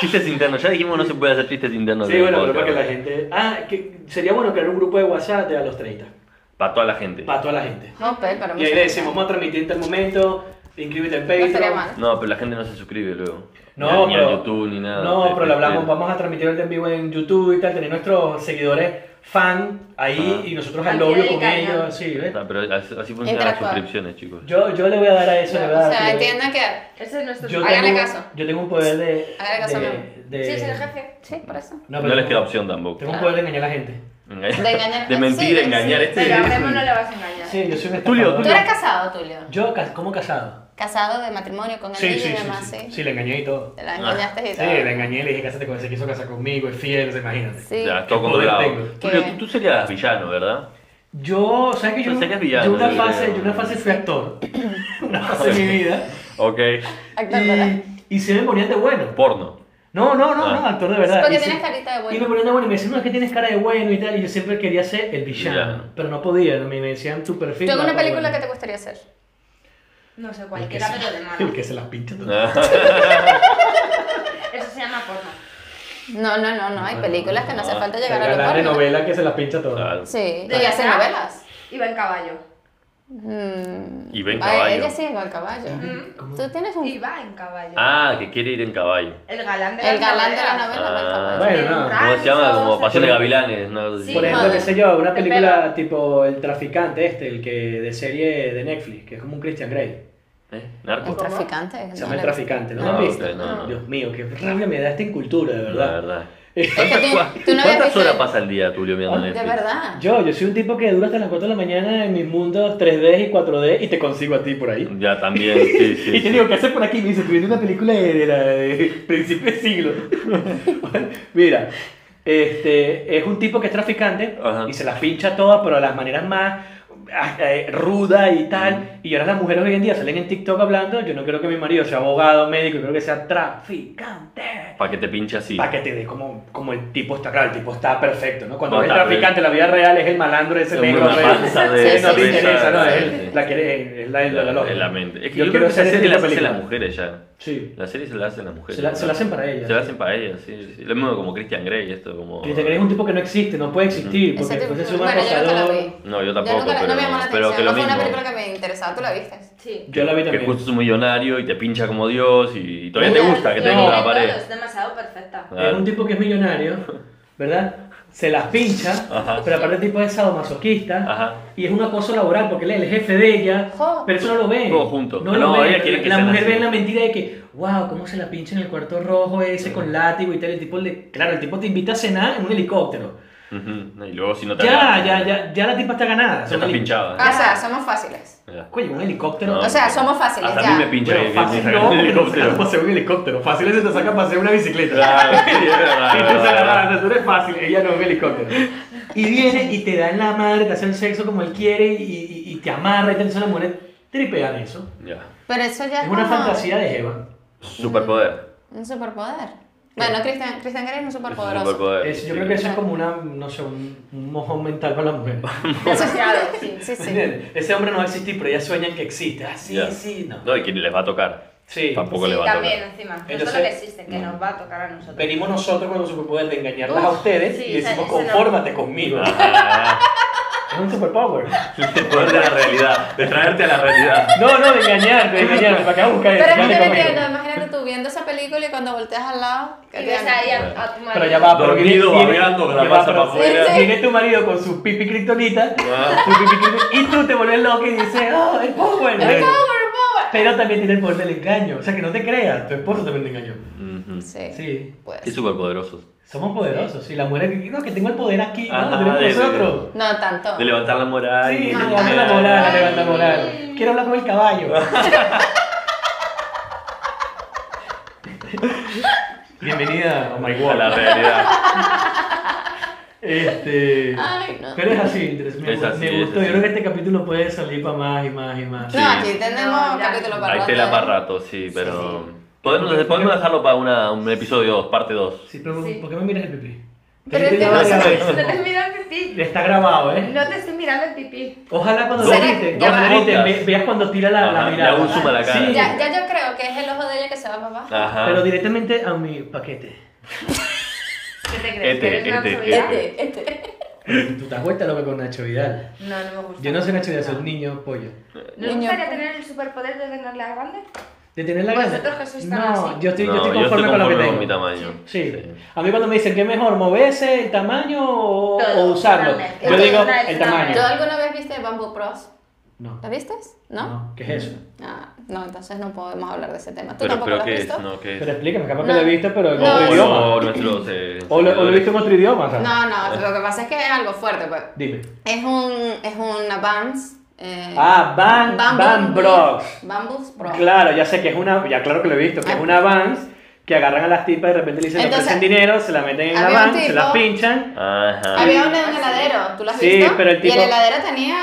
Chistes internos, ya dijimos no se puede hacer chistes internos.
Sí,
del
bueno, pero para
podcast.
que la gente. Ah, que sería bueno crear un grupo de WhatsApp de a los 30.
Para toda la gente.
Para toda la gente.
No, pero para
Y ahí le decimos, vamos a transmitir en tal momento, inscríbete en
No estaría
Patreon.
mal.
No, pero la gente no se suscribe luego.
No,
ni, a-
pero,
ni a YouTube ni nada. Este,
No,
Se-
pero lo
se-
hablamos, vamos a transmitir el en vivo en YouTube y tal, tener nuestros seguidores fan ahí
Ajá.
y nosotros al
Al
lobby
pie del
con
cañón.
ellos, sí, ¿ves?
Ah, pero así, así funcionan las
Interactuar.
suscripciones, chicos.
Yo, yo le voy a dar a eso, le voy a
O
dar.
sea,
yo-
entiendan que.
Ese es nuestro
yo
háganle
tengo,
caso.
Yo tengo un poder de.
Háganle caso a mí.
de, de-
Sí, es el jefe.
Sí, por eso.
No,
pero
les
tengo-
queda opción tampoco.
Tengo un poder de engañar a la gente.
De,
engañar-
mentir,
sí,
de engañar.
sí.
Este
Pero a Memo
es-
no le vas a engañar.
Sí, yo soy un
Tulio,
estafador.
¿Tú eres casado, Tulio?
Yo, ca- ¿cómo casado?
Casado de matrimonio con el
Sí,
niño
sí,
y
sí,
demás,
sí,
sí.
Sí, le engañé y todo.
Te la engañaste y
Sí,
todo.
le engañé, le dije, cásate con ese, quiso casar conmigo, es fiel, o sea, imagínate.
Sí.
Ya, todo
¿Qué poder
controlado.
tengo?
Tulio,
¿Qué?
tú, tú serías villano, ¿verdad?
Yo, ¿sabes que yo,
Pero serías villano,
yo una
yo
fase,
creo.
yo una fase fui actor. Una fase de mi vida.
Ok.
Actor, ¿verdad?
Y, y se me ponían de bueno.
Porno.
No, no, no,
Ah.
no, actor de verdad.
Porque
Y
tienes
sí-
carita de
Y me
bueno.
ponían de bueno y me decían, no, es que tienes cara de bueno y tal. Y yo siempre quería ser el villano,
Villano.
pero no podía. Me me decían tu perfil.
Tengo
no,
una
no,
película que
bueno".
te gustaría hacer.
No sé,
El que
cualquiera,
se-
pero de
El
mano.
que se las pincha todo.
Ah.
Eso se llama porno.
No, no, no, no. Hay
No,
películas que no hace
no.
falta
Pero
llegar a
La de
los porno.
novela que se las pincha todo.
Claro.
Sí,
¿De
y hace
verdad?
novelas.
Iba en caballo.
Mm.
Y va en
Ay,
caballo.
Ella sí va en caballo.
¿Cómo?
Tú tienes un...
Iba en caballo.
Ah, que quiere ir en caballo.
El galán de las
El galán de la
novelas.
novela va en
Ah.
caballo.
Bueno, no.
Tiene un
¿Cómo se llama?
rancho,
Como
se-
Pasión de Gavilanes. ¿no?
Sí.
Por ejemplo,
Joder.
qué sé yo, una
Te
película
pega.
tipo El Traficante este, el que de serie de Netflix, que es como un Christian Grey.
¿Eh?
El
¿Narco?
traficante.
Se llama
no,
El Traficante, ¿no lo
Ah,
has visto?
ok, no, no.
Dios mío, qué rabia me da esta incultura, de
La
verdad.
verdad.
Es que tú, tú no habías
¿Cuántas
visto...
horas pasa el día tú mirando
De
Netflix?
verdad.
Yo, yo soy un tipo que dura hasta las 4 de la mañana en mis mundos 3D y 4D y te consigo a ti por ahí.
Ya también, sí, sí.
Y te
sí.
digo, ¿qué haces por aquí? Me dice, estoy viendo una película de, de la, de principio de siglo. Mira, este, es un tipo que es traficante
Ajá.
y se las pincha todas, pero de las maneras más ah, eh, rudas y tal. Y ahora las mujeres hoy en día salen en TikTok hablando, yo no quiero que mi marido sea abogado, médico, yo quiero que sea traficante.
Para que te pinche así.
Para que te dé como, como el tipo está, claro, el tipo está perfecto, ¿no? Cuando
No,
ves
está
traficante, la vida real es el malandro ese
Es
negro.
una
ese-
panza de-
ese no te
de-
interesa, ¿no? Es
sí, sí.
la que es la, la, la,
en la mente. Es que
Yo
yo,
quiero
creo que
ser
esa
ese
serie
tipo
la
de
hacen las
película.
mujeres ya.
Sí.
La serie se la hacen las mujeres.
Se la, se la hacen para
Se
ellas.
la hacen para ellas, sí, sí, sí. Lo mismo como Christian Grey, esto como...
Christian Grey es un tipo que no existe, no puede existir,
Ese
porque
tipo-
después se suma
Bueno, yo nunca la vi.
acosador.
No, yo
yo
tampoco,
nunca la-
pero,
no me llamó la
pero
atención.
que
No
lo
fue una
mismo.
película que me interesaba. ¿Tú la viste?
Sí.
Yo la vi
Que
también.
justo es un millonario y te pincha como Dios y todavía te
Mira,
gusta que
no.
te
No,
tenga la
Todo
pared.
Es demasiado perfecta.
Es Eh, un tipo que es millonario, ¿verdad? Se las pincha,
Ajá.
pero aparte el tipo es sadomasoquista
Ajá.
y es un acoso laboral porque él es el jefe de ella,
Jo.
pero eso no lo ven.
Todo junto.
No, lo
No,
ven.
ella quiere que
la
sean
mujer
así.
ve la mentira de que, wow, cómo se la pincha en el cuarto rojo ese con látigo y tal. El tipo le, claro, el tipo te invita a cenar en un helicóptero.
Ujú. Y luego si no te
Ya,
agarran,
ya, ya, ya la tipa está ganada.
Ya estás
Son heli-
pinchada.
Ah, o sea, somos fáciles.
Ya.
Coño, un helicóptero.
No,
O sea, somos fáciles,
Hasta
ya.
a mí me pincha
Bueno,
que- que
fácil
me
no,
sacan el
porque te sacan a
helicóptero.
pasear un helicóptero. Fácil es que te sacan a pasear una bicicleta.
Claro, sí, es verdad,
Y tú
es
dices,
verdad.
"Ah, tú eres fácil, ella no es un helicóptero. Y viene y te da en la madre, te hace el sexo como él quiere y, y- y te amarra y te hace la mujer. Tripean eso.
Ya.
Pero eso ya es
Es una
como
fantasía de Eva.
Superpoder.
Un superpoder. Bueno, Christian, Christian Grey es un
Es un
superpoderoso.
superpoder.
Es- yo creo que eso es como una, no sé, un, un mojón mental para la mujer.
Demasiado, sí.
Sí, sí.
¿Entiendes? Ese hombre no va a existir, pero ellas sueñan que existe. Ah, sí,
Ya.
sí, no.
No, y quien les va a tocar.
Sí.
Tampoco
Sí,
le va a
también,
tocar.
encima. No
Entonces-
solo que existe, que nos va a tocar a nosotros.
Venimos nosotros con un superpoder de engañarlas a
Uf,
ustedes
sí,
y decimos,
ese- ese no.
confórmate conmigo.
Ah. Ajá.
Es un superpower.
El poder de la realidad, de traerte a la realidad.
No, no, de engañarte, de engañarte, para acá busca
Pero
eso.
es que
vale
yo no
conmigo.
entiendo, imagínate tú viendo esa película y cuando volteas al lado, que
Y ves
tienes-
ahí a, a tu marido.
Pero ya va, pero
Dormido,
viene- viene-
babeando, con la
ya va,
panza
pero
para afuera.
Sí, sí.
Viene tu marido con su pipi kriptonita,
Ah.
su pipi kriptonita, y tú te vuelves loco y dices, oh, el power.
¡El power,
Pero también tiene el poder del engaño. O sea, que no te creas, tu esposo también te engañó.
Ujú.
power! Sí.
Sí.
Y
Pues.
superpoderosos.
Somos poderosos. Y la mujer, que- no, que tengo el poder aquí, no,
Ajá,
lo tenemos
de- de-
nosotros.
No tanto.
De levantar la moral.
Sí,
y-
le
no,
levanta la moral, le levanta la moral. Quiero hablar con el caballo. Bienvenida, oh my
A la realidad.
Este.
Ay, no.
Pero es así, Andrés, Me,
Es
gu-
así,
me
es
gustó.
así.
Yo creo que este capítulo puede salir para más y más y más.
Sí.
No, aquí tenemos
No, ya.
capítulo para
Hay
rato,
tela
¿eh?
para rato, sí, pero.
Sí.
Podemos, podemos dejarlo para una, un episodio 2, parte 2.
Sí, pero
Sí.
¿por qué me miras el pipí?
Pero
Te-
es que
te-
no
te-
sé.
No te miro el pipí.
Está grabado, ¿eh?
No te estoy mirando el pipí.
Ojalá cuando lo
Dos-
editen,
dos
cuando lo editen,
podcasts.
ve- veas cuando tira la, la
Ajá,
mirada.
le hago un zoom a la cara. Ah.
Sí,
Ya, ya yo creo que es el ojo de ella que se va para abajo.
Ajá.
pero directamente a mi paquete.
¿Qué te crees?
Este,
¿Que eres
este,
Nacho Vidal?
este.
Tú te has vuelto loca con Nacho Vidal.
No, no me gusta.
Yo no soy Nacho Vidal, soy un niño pollo.
¿No os gustaría tener el superpoder de tener la grande?
¿De tener la grande?
Vosotros que sois tan
No,
así.
yo estoy, yo
No,
estoy conforme con lo que tengo.
mi tamaño.
Sí. A mí cuando me dicen, ¿qué es mejor, moverse, el tamaño o,
Todo,
o usarlo?
totalmente.
Yo digo,
Una-
el
una-
tamaño.
¿Tú alguna vez viste Bamboo Pros?
No.
¿La viste? ¿No?
¿Qué es eso?
Ah, no, entonces no podemos hablar de ese tema. ¿Tú
Pero,
tampoco
pero
lo has
¿qué
visto?
es? No, ¿qué es?
Pero explícame, capaz que
No.
lo he visto, pero en
No,
otro
O-
es-
idioma.
o nuestros, eh,
O lo, o lo he visto en otro idioma, o sea.
No, no, lo que pasa es que es algo fuerte, pues.
Dime.
Es un, es una Vans. eh,
Ah, Van, Van, Brox.
Bamboo Pros.
Claro, ya sé que es una, ya claro que lo he visto, que es
Ah.
una Vans que agarran a las tipas y de repente le dicen, le
Entonces,
ofrecen dinero, se la meten en la
había un
Vans, se
tipo-
las pinchan.
Ajá.
Había una en un heladero, ¿tú la has
Sí,
visto?
pero el
Y
tipo-
el heladero tenía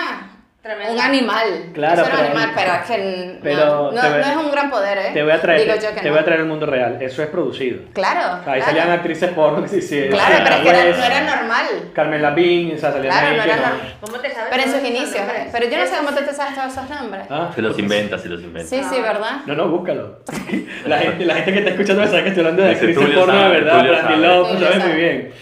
Tremendo.
Un animal.
Claro,
es un
pero-
animal, pero es que n-
pero
no, no,
te ve-
no es un gran poder, ¿eh?
Te voy a traer,
Digo yo que
te
no.
voy a traer el mundo real. Eso es producido.
Claro.
O sea, ahí
claro.
salían Pues- actrices porno que se hicieron.
Claro, pero es que era-
West,
no era normal.
Carmen Lavín, o sea, salían
Claro,
ahí
no
que
era
no-
normal.
¿Cómo te sabes?
Pero en
todos
sus
esos
inicios,
nombres?
¿eh? Pero yo no sé
Esos-
cómo tú te sabes todos esos nombres.
Ah,
Se los
porque-
inventa, se los inventa.
Sí, sí, ¿verdad?
No, no, búscalo. La gente, la gente que está escuchando sabe que estoy hablando de
Ese
actrices
Tulio
porno de
sabe,
verdad.
Tulio
Brandy
sabe.
Love, tú
Tulio
sabes muy
sabe.
bien.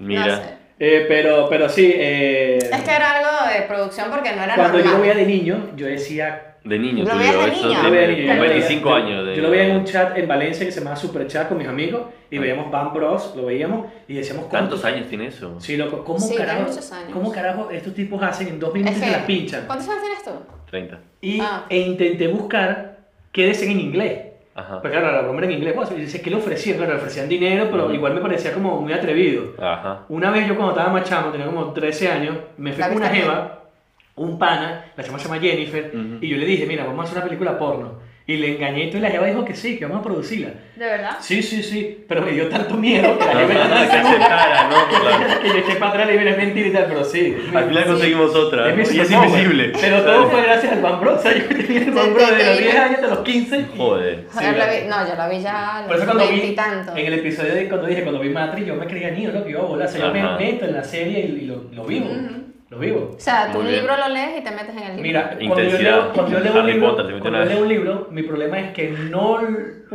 Mira.
No sé.
Eh, pero, pero sí, eh,
Es que era algo de producción porque no era
cuando yo
normal.
lo veía de niño, yo decía...
De niño,
Lo
tú
veías
digo,
de
eso
niño.
te-
yo lo veía de niño, yo
con
lo veía-
25
yo-
años. De,
Yo lo veía en un chat en Valencia que se llamaba Super Chat con mis amigos y veíamos Band Bros, lo veíamos y decíamos... ¿cómo-
¿Tantos años tiene eso?
Sí, loco, ¿cómo,
Sí, tiene
carajo,
muchos años.
¿cómo carajo estos tipos hacen en dos minutos
Es
y
que-
se las pinchan?
¿Cuántos años tienes tú?
30.
Y,
Ah.
E intenté buscar qué decían en inglés.
Ajá.
Pero claro, la broma era en inglés, pues, y dice que le ofrecían, claro, le ofrecían dinero, pero
Ujú.
igual me parecía como muy atrevido.
Ajá.
Una vez yo cuando estaba más chamo, tenía como 13 años, me fui
¿La
con una
viste aquí?
jeva, un pana, la chama se llama Jennifer,
Ujú.
y yo le dije, mira, vamos a hacer una película porno. Y le engañé, entonces la jeva dijo que sí, que vamos a producirla.
¿De verdad?
Sí, sí, sí, pero me dio tanto miedo que la
No,
jeva
que aceptara, ¿no? Ah, Claro.
que yo eché para atrás y le dije, es mentira y tal, pero sí.
Al final conseguimos otra. ¿no?
mi
Y es
superpower.
invisible.
Pero todo fue gracias al Van Bro. O sea, yo tenía el Van Bro de los 10 años hasta los 15.
Joder.
Joder,
Sí,
Ah, la
la-
vi- no, yo la vi ya a
Por eso
los
cuando vi
veintitantos.
en el episodio de cuando dije cuando vi Matrix yo me creía niño lo que yo bola, o sea, yo me
Ajá.
meto en la serie y, y lo, lo vivo,
Ujú.
lo vivo.
O sea, tú
Muy
un
bien.
libro lo lees y te metes en el libro.
Mira, cuando yo,
Intensidad.
leo, cuando yo leo un
Harry
libro,
Potter, se metió
cuando
una
yo
vez.
leo un libro, mi problema es que no,
No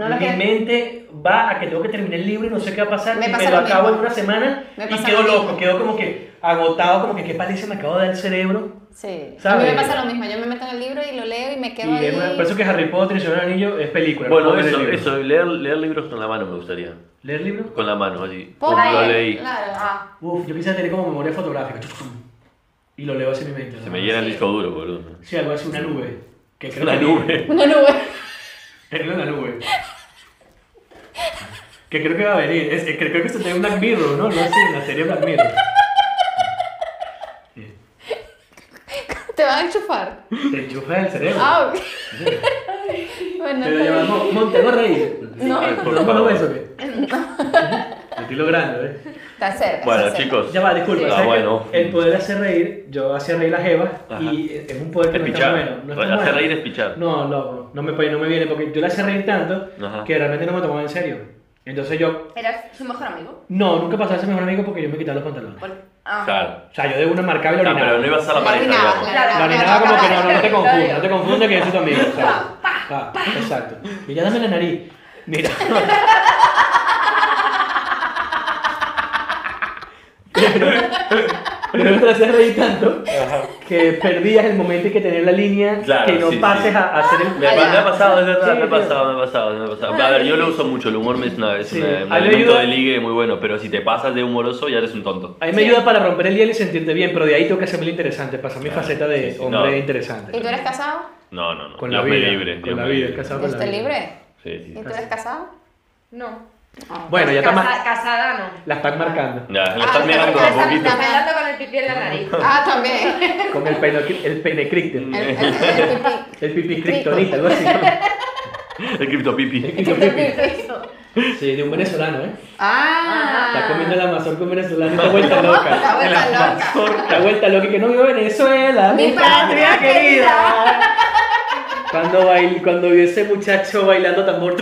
lo
mi
que-
mente va a que tengo que terminar el libro y no sé qué va a pasar,
Me
y
pasa
me lo
lo
acabo en
mismo.
una semana
Me
y
pasa
quedo
lo
loco,
mismo.
quedo como que agotado, como que qué paliza me acabo de dar el cerebro.
Sí.
¿Sabes?
A mí me pasa lo mismo. Yo me meto en el libro y lo leo y me quedo
Y
ahí.
es una- por eso que Harry Potter y el Señor del Anillo es película. no
Bueno,
puedo ver el
eso,
libro.
eso, leer, leer libros con la mano me gustaría.
¿Leer libros?
Con la mano, así.
Poco,
Como lo leí.
Claro.
Ah,
Uf, yo quisiera tener como memoria fotográfica. chuf, chuf, Y lo leo así en mi mente.
Se
¿no?
me llena el disco duro, boludo.
Sí, algo así, una nube. Que creo
Una
que-
nube.
Una nube.
Tenerlo en la nube. que creo que va a venir. Es, que creo que esto tiene un Black Mirror, ¿no? No sé, en la serie Black Mirror. Bien.
Te van a enchufar.
Te enchufas el cerebro.
Ah, ok. bueno,
Pero
está bien.
llamamos Monterrey.
No.
Ay, por
¿No lo
favor.
ves o qué? Lo estoy logrando, ¿eh?
Está cerca.
Bueno,
está cerca.
chicos.
Ya va, disculpa.
Ah,
¿sabes qué?
bueno.
El poder hacer reír, yo hacía reír a Jeva
Ajá.
y es un poder que
Es
no está bueno.
pichar.
No está
Hacer
bueno.
reír es pichar.
No, no, no me, no me viene porque yo la hacía reír tanto
Ajá.
que realmente no me tomaba en serio. Entonces yo,
¿eras su mejor amigo?
no, nunca pasaba a ser mejor amigo porque yo me quitaba los pantalones.
Bueno, ah.
Claro.
O sea, yo de una marcaba y la
Ah, pero no
orinaba.
iba a ser la
La
pareja,
orinaba,
digamos.
claro.
La orinaba como que no, no, no te confundas, no te confundas que yo soy tu amigo. o sea,
Pa,
pa, exacto. Y ya dame la nariz. Mira. Pero te hacía reír tanto que perdías el momento en que tener la línea,
Claro,
que no
sí,
pases
sí.
A, a hacer el...
Me, me ha pasado, es verdad,
Sí,
me ha
tío.
pasado, me ha pasado, me ha pasado. A ver, yo lo uso mucho, el humor me es, una, es
Sí.
una- un
A mí me
elemento
ayuda-
de ligue muy bueno, pero si te pasas de humoroso ya eres un tonto.
A mí me ayuda para romper el hielo y sentirte bien, pero de ahí tengo que hacerme lo interesante, pasar mi
Claro,
faceta de
sí, sí,
hombre
no.
¿Y tú
interesante.
eres casado?
No, no, no.
Con la
Dios me
vida,
libre,
con
Dios
la
me
vida,
libre.
casado.
¿Yo
con la
estoy
vida.
libre?
Sí, sí.
¿Y tú eres casado?
No.
Ah.
Bueno, ya está más...
Casa- Casada no.
La están marcando.
Ya, lo
Ah,
estás
pero
mirando
porque
un
estás-
poquito.
Está pelando con el pipí en la nariz.
Ah, también.
Con el, pene, el penecrictor.
El, el, el pipí.
El pipicriptonita, algo así. ¿no?
El criptopipi.
El pipicriptonita. Sí, de un venezolano, ¿eh?
Ah.
Está comiendo la mazorca un venezolano y está vuelta loca.
Está vuelta
La
loca.
mazorca, Está vuelta loca y que no vivo Venezuela, mi,
Mi
patria,
patria
querida. Cuando, bail, cuando vio ese muchacho bailando tambor,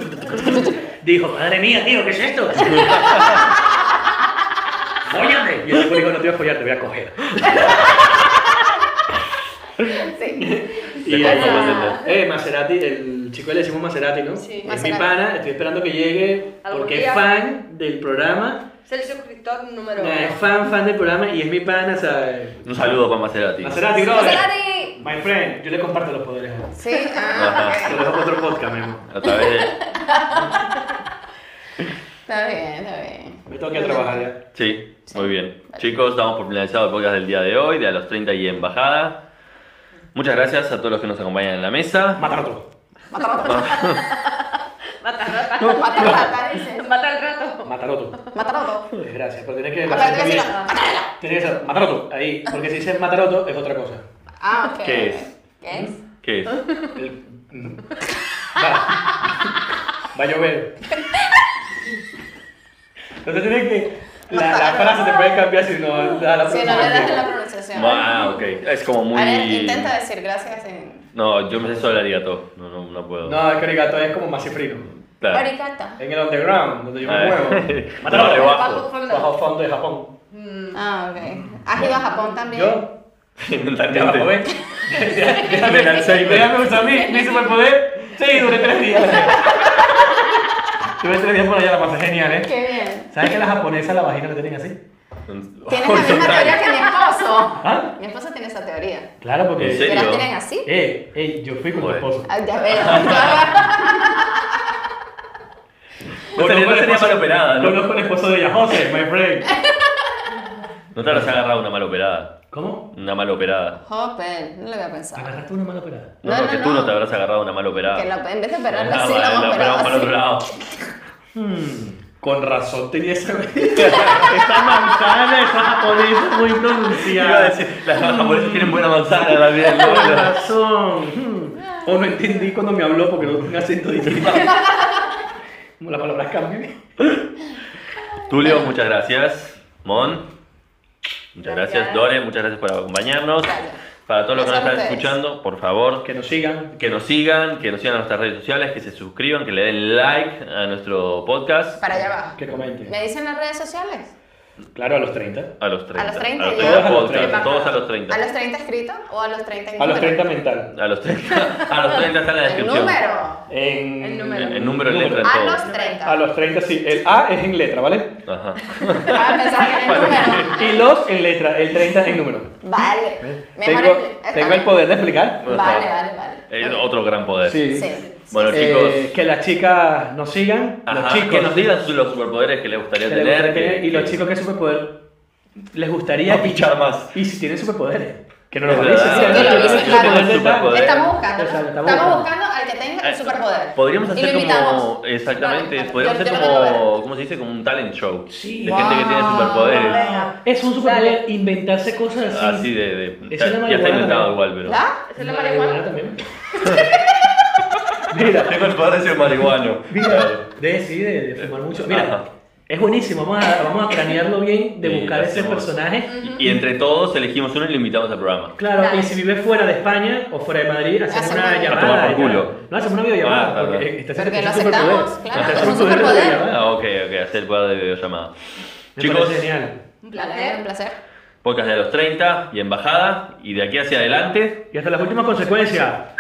dijo, madre mía, tío, ¿qué es esto? ¡Fóllate! Y el tipo dijo, no te voy a follar, te voy a coger.
Sí.
Y
Te
ahí,
compro,
Ah.
eh, Maserati, el chico le decimos Maserati, ¿no?
Sí.
es mi
Maserati.
pana, estoy esperando que llegue
Algún
porque
día.
es fan del programa.
Es el suscriptor número
Nah, es
uno.
fan, fan del programa y es mi pana, o sea. eh,
Un saludo para Maserati.
Maserati, brother.
Maserati.
My friend, yo le comparto los poderes. a él.
Sí. Ah,
Te
ok.
lo dejo para otro podcast, Memo.
A través de...
Está bien, está bien.
Me tengo que ir a trabajar ya.
Sí, muy bien. Chicos, damos por finalizado el podcast del día de hoy, de a los 30 y en bajada. Muchas gracias a todos los que nos acompañan en la mesa.
Matar a otro.
Mata rata.
Mata al rato.
Mata rata, dices.
Mata al rato.
Matar a otro.
Mata rata.
Desgracia, pero tienes que.
Aparte, voy a decir,
Tienes que ser mataroto. Ahí, porque si dices mataroto es otra cosa.
Ah, ok.
¿Qué es?
¿Qué es?
¿Qué es?
El- mm. Va. Va a llover. Entonces tienes que. La, la frase te puede cambiar si no da la
Si no le das
pronunciación.
la pronunciación. deseo.
Ah, ok. Es como muy.
A ver, intenta decir gracias en.
No, yo me sé solo el arigato. No, no, no puedo.
No, es que arigato es como masifrino.
Claro.
Arigata.
En el underground, donde yo
A
me
ver.
muevo.
No, de
Bajo
bajo.
fondo.
Bajo fondo de Japón.
Mm,
Ah, ok. ¿Has ido a Japón también?
Yo, de abajo,
Mentalmente.
¿ven? Déjame,
Del Alzheimer.
déjame usar mi, mi superpoder. Sí, duré tres días. Duré tres días por allá, la pasé genial, ¿eh?
Qué bien.
¿Sabes que las japonesas la vagina la tienen así?
Tienes la
Ah,
misma teoría que mi esposo.
¿Ah?
Mi esposo tiene esa teoría.
Claro,
¿En
¿Que
serio?
porque...
las tienen así?
Eh, eh, yo fui con tu
Joder.
esposo.
Ah, ya ves.
No sería- no sería mal operada, ¿no?
Conozco el esposo de ella, José, my friend.
No te habrás agarrado una mal operada.
¿Cómo?
Una mal operada.
Jope, no lo había pensado.
¿Agarraste una mala operada?
No,
No,
no, que
no,
tú
no.
no te habrás agarrado una mal
Que
operada.
lo- en vez de
Ah,
operarla así,
vale,
la
la
hemos operado
operamos para
así.
otro lado.
Hmm, Con razón tenía esa... esa manzana, esa japonesa muy pronunciada.
Iba a
Mm.
decir, las japonesas tienen buena manzana también. ¿no?
Con razón. Hmm. O no entendí cuando me habló porque no tengo un acento distinto. Como las palabras cambian.
Tulio, muchas gracias. Mon, muchas gracias.
Gracias.
Dore, muchas gracias por acompañarnos.
Gracias.
Para todos los que nos
Gracias
están
a ustedes.
escuchando, por favor,
Que nos sigan.
que nos sigan, que nos sigan a nuestras redes sociales, que se suscriban, que le den like a nuestro podcast.
Para allá abajo.
Que comenten.
¿Me dicen las redes sociales?
Claro, a los 30.
A los 30.
A los 30
ya.
podcast,
Todos a los
Todos a los 30.
¿A los 30 escritos o a los 30 en
A los 30
número?
mental.
A los 30. A los 30 está en la
El
descripción.
número.
En,
El número.
El número de letra
A
en todo.
los 30.
A los 30, sí. El A es en letra, ¿vale?
Ajá.
Ah, pensaba que era el número.
Y los en letra, el 30 es en número.
Vale. Mejor
Tengo,
el- está
tengo
bien.
el poder de explicar.
Vale, vale, vale.
Es otro gran poder.
Sí.
Sí.
Bueno,
Eh,
chicos.
que las chicas nos sigan,
Ajá,
los chicos
que nos digan su- los superpoderes que les gustaría
que les
tener.
gustaría tener,
que-
y los
que-
chicos qué superpoder les gustaría
A pichar más.
Y si tienen superpoderes, que nos lo
Es
dicen.
verdad,
mira,
que
mira,
lo
mira,
dicen,
mira,
claro,
mira, mira,
superpoder.
mira.
Estamos buscando.
Exacto, estamos
Estamos
buscando.
buscando al que tenga
Eh,
el superpoder.
Podríamos
Y lo
hacer como.
invitamos.
Exactamente.
Vale, vale.
Podríamos
Yo-
hacer
yo lo quiero
como. ¿Cómo se dice? Como un talent show.
Sí.
De gente que tiene
Wow.
superpoderes.
Venga.
Es un superpoder inventarse cosas así.
Así de. de-
Esa
ya,
es la
ya está
marihuana,
inventado
¿no?
igual,
ver.
pero.
¿La?
¿Es la marihuana?
también. Mira,
Tengo el poder de ser marihuano.
Mira, de, sí, de, de fumar mucho. Mira,
Ajá.
es buenísimo. Vamos a, vamos a cranearlo bien, de
Y
buscar
lo
ese
hacemos.
personaje.
Y entre todos elegimos uno y lo invitamos al programa.
Claro,
Claro.
y si vive fuera de España o fuera de Madrid, hacemos
Hacemos
una
una-
A tomar
llamada.
por
y tal.
culo.
No, hacemos una videollamada.
Ah, claro.
porque este- este
Porque
es
lo
un superpoder.
aceptamos, claro,
Este
es un
superpoder de
superpoder.
videollamada.
Ah, ok, ok, hacer el poder de videollamada.
Me
Chicos,
parece genial.
Un
Vale,
placer.
un placer.
podcast de los 30 y embajada. Y de aquí hacia adelante,
Y hasta las últimas consecuencias.